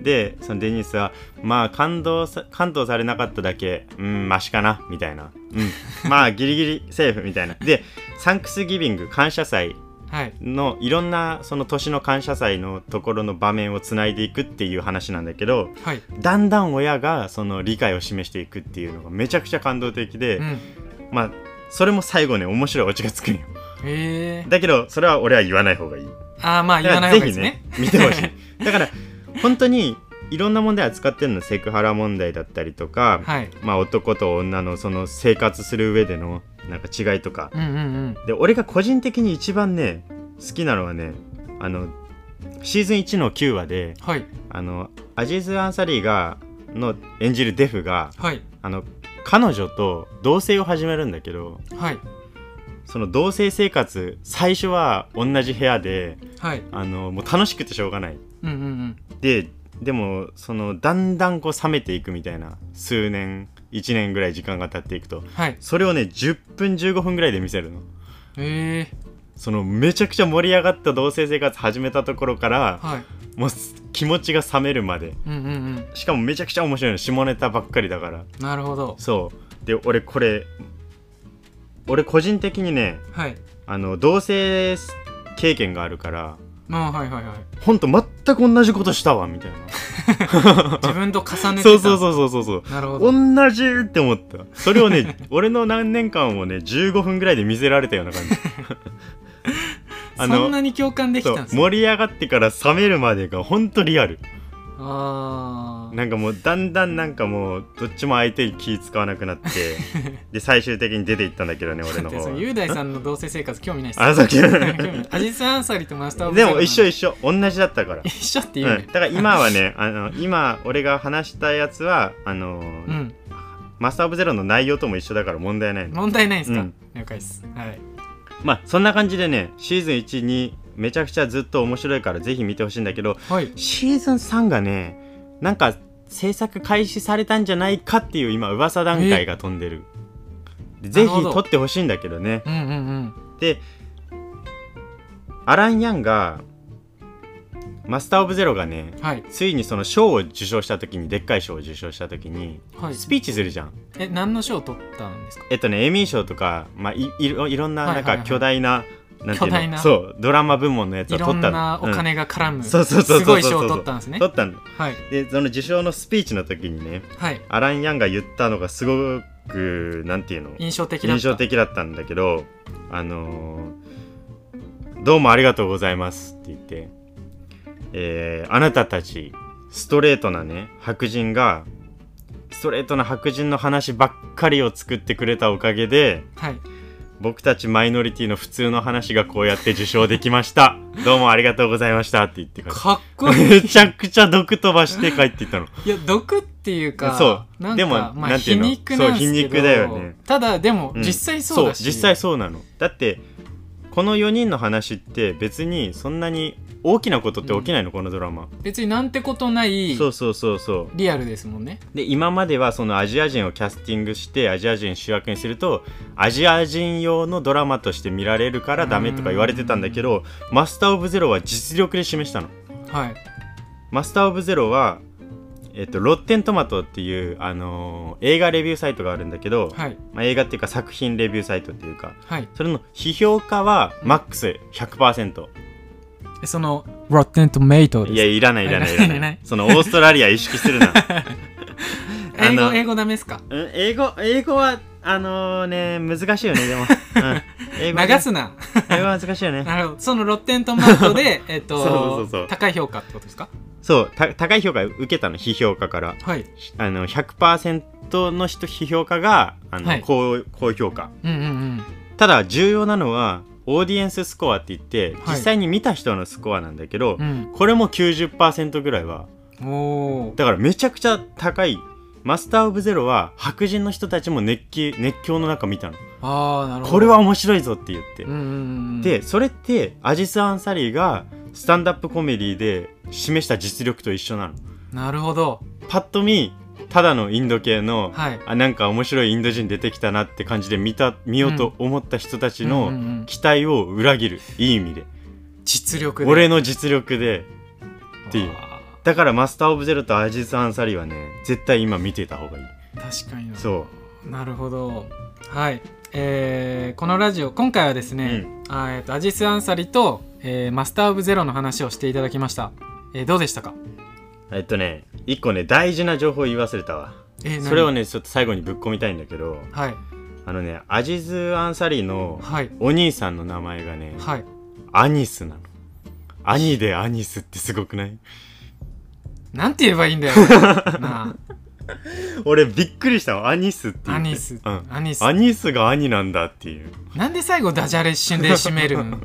[SPEAKER 2] でそのデニスはまあ感動さ感動されなかっただけうんマシかなみたいな、うん、まあギリギリセーフみたいなでサンクスギビング感謝祭
[SPEAKER 3] はい
[SPEAKER 2] のいろんなその年の感謝祭のところの場面をつないでいくっていう話なんだけど
[SPEAKER 3] はい、
[SPEAKER 2] だんだん親がその理解を示していくっていうのがめちゃくちゃ感動的で、
[SPEAKER 3] うん、
[SPEAKER 2] まあそれも最後ね面白いオチがつくんよ
[SPEAKER 3] えー、
[SPEAKER 2] だけどそれは俺は言わない方がいい
[SPEAKER 3] あーまあ言
[SPEAKER 2] だか
[SPEAKER 3] わな
[SPEAKER 2] ら
[SPEAKER 3] い方
[SPEAKER 2] ぜ
[SPEAKER 3] がいいで
[SPEAKER 2] ひ
[SPEAKER 3] すね
[SPEAKER 2] ね見てほしいだから本当にいろんな問題扱ってるのセクハラ問題だったりとか、
[SPEAKER 3] はい
[SPEAKER 2] まあ、男と女のその生活する上でのなんか違いとか
[SPEAKER 3] うんうんうん
[SPEAKER 2] で俺が個人的に一番ね好きなのはねあのシーズン1の9話で
[SPEAKER 3] はい
[SPEAKER 2] あのアジーズ・アンサリーがの演じるデフが
[SPEAKER 3] はい
[SPEAKER 2] あの彼女と同棲を始めるんだけど
[SPEAKER 3] はい
[SPEAKER 2] その同棲生活最初は同じ部屋で
[SPEAKER 3] はい
[SPEAKER 2] あのもう楽しくてしょうがない
[SPEAKER 3] うんうんうん
[SPEAKER 2] ででもそのだんだんこう冷めていくみたいな数年1年ぐらい時間が経っていくと
[SPEAKER 3] はい
[SPEAKER 2] それをね10分15分ぐらいで見せるの
[SPEAKER 3] え
[SPEAKER 2] そのめちゃくちゃ盛り上がった同棲生活始めたところから
[SPEAKER 3] ー、はい
[SPEAKER 2] もうす気持ちが冷めるまで
[SPEAKER 3] うんうんうん
[SPEAKER 2] しかもめちゃくちゃ面白いの下ネタばっかりだから
[SPEAKER 3] なるほど
[SPEAKER 2] そうで俺これ俺個人的にね
[SPEAKER 3] はい
[SPEAKER 2] あの同棲経験があるから
[SPEAKER 3] まあはいはいはい
[SPEAKER 2] ほんと全く同じことしたわみたいな
[SPEAKER 3] 自分と重ね (laughs) てた
[SPEAKER 2] そうそうそうそうそ
[SPEAKER 3] (laughs)
[SPEAKER 2] うそう
[SPEAKER 3] うなるほど
[SPEAKER 2] 同じって思ったそれをね俺の何年間をね15分ぐらいで見せられたよ
[SPEAKER 3] (laughs)
[SPEAKER 2] うな感じ
[SPEAKER 3] そんなに共感でき
[SPEAKER 2] そ
[SPEAKER 3] たん
[SPEAKER 2] う
[SPEAKER 3] ですね
[SPEAKER 2] 盛り上がってから冷めるまでがほんとリアル
[SPEAKER 3] あー
[SPEAKER 2] なんかもうだんだんなんかもうどっちも相手に気使わなくなって
[SPEAKER 3] (laughs)
[SPEAKER 2] で最終的に出ていったんだけどね俺
[SPEAKER 3] だ
[SPEAKER 2] の
[SPEAKER 3] って
[SPEAKER 2] 方
[SPEAKER 3] その
[SPEAKER 2] は
[SPEAKER 3] 雄大さんの同棲生活興味ないっす
[SPEAKER 2] あそう
[SPEAKER 3] 興味 (laughs) ないアジス・アンサリーとマスター・オブ・
[SPEAKER 2] でも一緒
[SPEAKER 3] 緒、
[SPEAKER 2] 一緒同じだったから
[SPEAKER 3] 一緒って
[SPEAKER 2] うん、
[SPEAKER 3] 言う
[SPEAKER 2] だ
[SPEAKER 3] ね
[SPEAKER 2] から今はねあの今俺が話したやつはあのー
[SPEAKER 3] うん、
[SPEAKER 2] マスター・オブ・ゼロの内容とも一緒だから問題ないの
[SPEAKER 3] 問題ないんですか、
[SPEAKER 2] うん
[SPEAKER 3] 了解ですはい
[SPEAKER 2] まあそんな感じでねシーズン1にめちゃくちゃずっと面白いからぜひ見てほしいんだけど
[SPEAKER 3] はい
[SPEAKER 2] シーズン3がねなんか制作開始されたんじゃないかっていう今噂段階が飛んでるでぜひ
[SPEAKER 3] なるほど
[SPEAKER 2] 撮ってほしいんだけどね
[SPEAKER 3] うんうんうん
[SPEAKER 2] でアラン・ヤンがマスター・オブ・ゼロがね
[SPEAKER 3] はい
[SPEAKER 2] ついにその賞を受賞した時にでっかい賞を受賞した時に
[SPEAKER 3] はい
[SPEAKER 2] スピーチするじゃん
[SPEAKER 3] え何の賞を取ったんですか
[SPEAKER 2] えっとねエミー賞とか、まあ、いいろいろんな
[SPEAKER 3] はいは
[SPEAKER 2] なん
[SPEAKER 3] いはい
[SPEAKER 2] か巨大な,、なんてい
[SPEAKER 3] 巨
[SPEAKER 2] うの
[SPEAKER 3] 大な
[SPEAKER 2] そうドラマ部門のやつを
[SPEAKER 3] い
[SPEAKER 2] 取
[SPEAKER 3] ろ
[SPEAKER 2] っ
[SPEAKER 3] ん
[SPEAKER 2] た
[SPEAKER 3] なお金が絡む、
[SPEAKER 2] うんそうそうそうそう
[SPEAKER 3] すごい賞を取ったんです
[SPEAKER 2] うん
[SPEAKER 3] ね
[SPEAKER 2] 取ったの
[SPEAKER 3] はい
[SPEAKER 2] でその受賞のスピーチの時にね
[SPEAKER 3] はい
[SPEAKER 2] アラン・ヤンが言ったのがすごくなんていうの
[SPEAKER 3] 印象的だった
[SPEAKER 2] 印象的だったんだけどあのーどうもありがとうございます」って言って、えーあなたたちストレートなね白人がストレートな白人の話ばっかりを作ってくれたおかげで
[SPEAKER 3] はい
[SPEAKER 2] 僕たちマイノリティの普通の話がこうやって受賞できましたどうもありがとうございましたって言って帰った
[SPEAKER 3] かっこい
[SPEAKER 2] (laughs) め
[SPEAKER 3] い
[SPEAKER 2] ちゃくちゃ毒飛ばして帰っていったの
[SPEAKER 3] いや毒っていうか
[SPEAKER 2] そう
[SPEAKER 3] なんか
[SPEAKER 2] でも
[SPEAKER 3] まあ、
[SPEAKER 2] なんて
[SPEAKER 3] 皮
[SPEAKER 2] いうの
[SPEAKER 3] 肉なんですけど
[SPEAKER 2] そう皮肉だよね
[SPEAKER 3] ただでも、
[SPEAKER 2] うん
[SPEAKER 3] 実際そうだし
[SPEAKER 2] 実際そうなのだってこの4人の話って別にそんなに大きなことって起きないの、このドラマ
[SPEAKER 3] 別になんてことない
[SPEAKER 2] そうそうそうそう
[SPEAKER 3] リアルですもんね
[SPEAKER 2] で今まではそのアジア人をキャスティングしてアジア人主役にするとアジア人用のドラマとして見られるからダメとか言われてたんだけどマスター・オブ・ゼロは実力で示したの
[SPEAKER 3] はい
[SPEAKER 2] マスター・オブ・ゼロはえっと、ロッテントマトっていう、あのー映画レビューサイトがあるんだけど、
[SPEAKER 3] はい
[SPEAKER 2] まあ、映画っていうか作品レビューサイトっていうか
[SPEAKER 3] はい
[SPEAKER 2] それの批評家はマックス100%、
[SPEAKER 3] えその Rotten Tomato
[SPEAKER 2] いや
[SPEAKER 3] です
[SPEAKER 2] いらないいらない
[SPEAKER 3] い
[SPEAKER 2] い
[SPEAKER 3] らない
[SPEAKER 2] ら
[SPEAKER 3] いら
[SPEAKER 2] な
[SPEAKER 3] ない
[SPEAKER 2] いそのオーストラリア意識す
[SPEAKER 3] (laughs)
[SPEAKER 2] るなあ
[SPEAKER 3] 英語
[SPEAKER 2] の
[SPEAKER 3] 英語ダメですか
[SPEAKER 2] うん英語英語はあのね難しいよねで
[SPEAKER 3] (laughs)
[SPEAKER 2] も、うん英語はね
[SPEAKER 3] 流す
[SPEAKER 2] (laughs)
[SPEAKER 3] な
[SPEAKER 2] 英語は難しいよね
[SPEAKER 3] なるほどそのロッテントマトで
[SPEAKER 2] (laughs)
[SPEAKER 3] えっと
[SPEAKER 2] そうそうそう
[SPEAKER 3] 高い評価ってことですか
[SPEAKER 2] そうた高い評価受けたの批評家から
[SPEAKER 3] はい
[SPEAKER 2] あの100%の人批評家があの、
[SPEAKER 3] はい
[SPEAKER 2] 高高評価
[SPEAKER 3] うんうんうん
[SPEAKER 2] ただ重要なのはオーディエンススコアって言って、
[SPEAKER 3] い
[SPEAKER 2] 実際に見た人のスコアなんだけど、
[SPEAKER 3] うん
[SPEAKER 2] これも90%ぐらいは
[SPEAKER 3] おー
[SPEAKER 2] だからめちゃくちゃ高いマスター・オブ・ゼロは白人の人たちも熱気熱狂の中見たの
[SPEAKER 3] ああなるほど
[SPEAKER 2] これは面白いぞって言って、
[SPEAKER 3] うんうんうん
[SPEAKER 2] でそれってアジス・アンサリーがスタンダップコメディで示した実力と一緒なの
[SPEAKER 3] なるほど
[SPEAKER 2] パッと見ただのインド系の、
[SPEAKER 3] はい
[SPEAKER 2] あなんか面白いインド人出てきたなって感じで見た見ようと思った人たち
[SPEAKER 3] うんうんう
[SPEAKER 2] の
[SPEAKER 3] ん
[SPEAKER 2] 期待を裏切るいい意味で
[SPEAKER 3] 実力で
[SPEAKER 2] 俺の実力でっていう
[SPEAKER 3] あ
[SPEAKER 2] だからマスター・オブ・ゼロとアジス・アンサリーはね絶対今見てた方がいい
[SPEAKER 3] ー確かにな
[SPEAKER 2] そう
[SPEAKER 3] なるほどはいえーこのラジオ今回はですね、あーえーとアジス・アンサリと、えーマスター・オブ・ゼロの話をしていただきました、えーどうでしたか
[SPEAKER 2] えっとね一個ね大事な情報を言い忘れたわ
[SPEAKER 3] えー何
[SPEAKER 2] それをねちょっと最後にぶっ込みたいんだけど
[SPEAKER 3] はい
[SPEAKER 2] あのねアジズ・アンサリーの
[SPEAKER 3] はい
[SPEAKER 2] お兄さんの名前がね
[SPEAKER 3] はい
[SPEAKER 2] アニスなの兄でアニスってすごくない (laughs)
[SPEAKER 3] なんて言えばいいんだよなあ
[SPEAKER 2] 俺びっくりしたわアニスって言って
[SPEAKER 3] アニス
[SPEAKER 2] うん、
[SPEAKER 3] アニス
[SPEAKER 2] アニスが兄なんだっていう
[SPEAKER 3] なんで最後ダジャレ一瞬で締めるん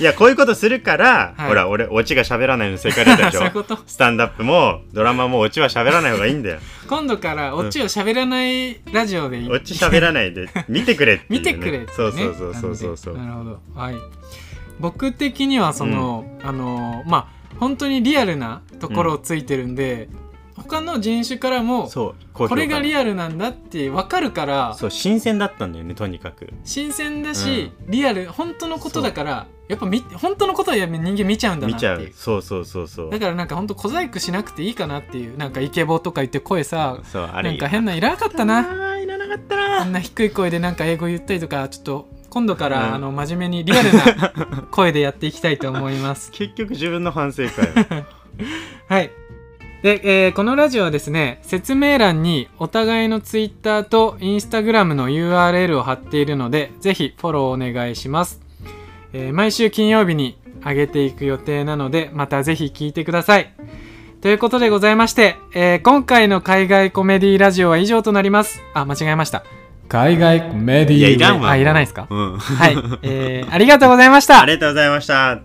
[SPEAKER 2] いやこういうことするから、
[SPEAKER 3] はい
[SPEAKER 2] ほら俺オチが喋らないの正解だったでし
[SPEAKER 3] (laughs) そういう
[SPEAKER 2] ょ
[SPEAKER 3] こと
[SPEAKER 2] スタンダップもドラマもオチは喋らない方がいい
[SPEAKER 3] (laughs)
[SPEAKER 2] んだよ
[SPEAKER 3] 今度からオチを喋らないラジオでいい、
[SPEAKER 2] オチ喋らないで見てくれっていう、
[SPEAKER 3] (laughs)
[SPEAKER 2] ね、
[SPEAKER 3] 見てくれって、ね、
[SPEAKER 2] そうそうそうそうそうそう
[SPEAKER 3] なるほどはい僕的にはその、あのまあ本当にリアルなところをついてるんで、他の人種からも
[SPEAKER 2] そう高評価
[SPEAKER 3] これがリアルなんだって分かるから
[SPEAKER 2] そう新鮮だったんだよねとにかく
[SPEAKER 3] 新鮮だし、リアル本当のことだからやっぱみ本当のことはやっぱ人間見ちゃうんだな
[SPEAKER 2] 見
[SPEAKER 3] っ
[SPEAKER 2] ち
[SPEAKER 3] て
[SPEAKER 2] ゃ
[SPEAKER 3] いう
[SPEAKER 2] うそうそうそうそう
[SPEAKER 3] だからなんか本当小細工しなくていいかなっていうなんかイケボとか言って声さ
[SPEAKER 2] そうあれ
[SPEAKER 3] なんか変ないらなかったな
[SPEAKER 2] あーいらなかった
[SPEAKER 3] あ
[SPEAKER 2] なん
[SPEAKER 3] な低い声でなんか英語言ったりとかちょっと今度から、
[SPEAKER 2] うん
[SPEAKER 3] あの真面目にリアルな (laughs) 声でやっていきたいと思います。
[SPEAKER 2] 結局自分の反省会
[SPEAKER 3] (laughs)
[SPEAKER 2] は
[SPEAKER 3] はいで、えーこのラジオはですね説明欄にお互いの Twitter と Instagram の URL を貼っているのでぜひフォローお願いします、えー毎週金曜日に上げていく予定なのでまたぜひ聞いてくださいということでございまして、えー今回の海外コメディラジオは以上となりますあ間違えました
[SPEAKER 1] 海外コメディ
[SPEAKER 2] いやいらんわ
[SPEAKER 3] あいらないですか
[SPEAKER 2] うん
[SPEAKER 3] はい、えーありがとうございました
[SPEAKER 2] ありがとうございました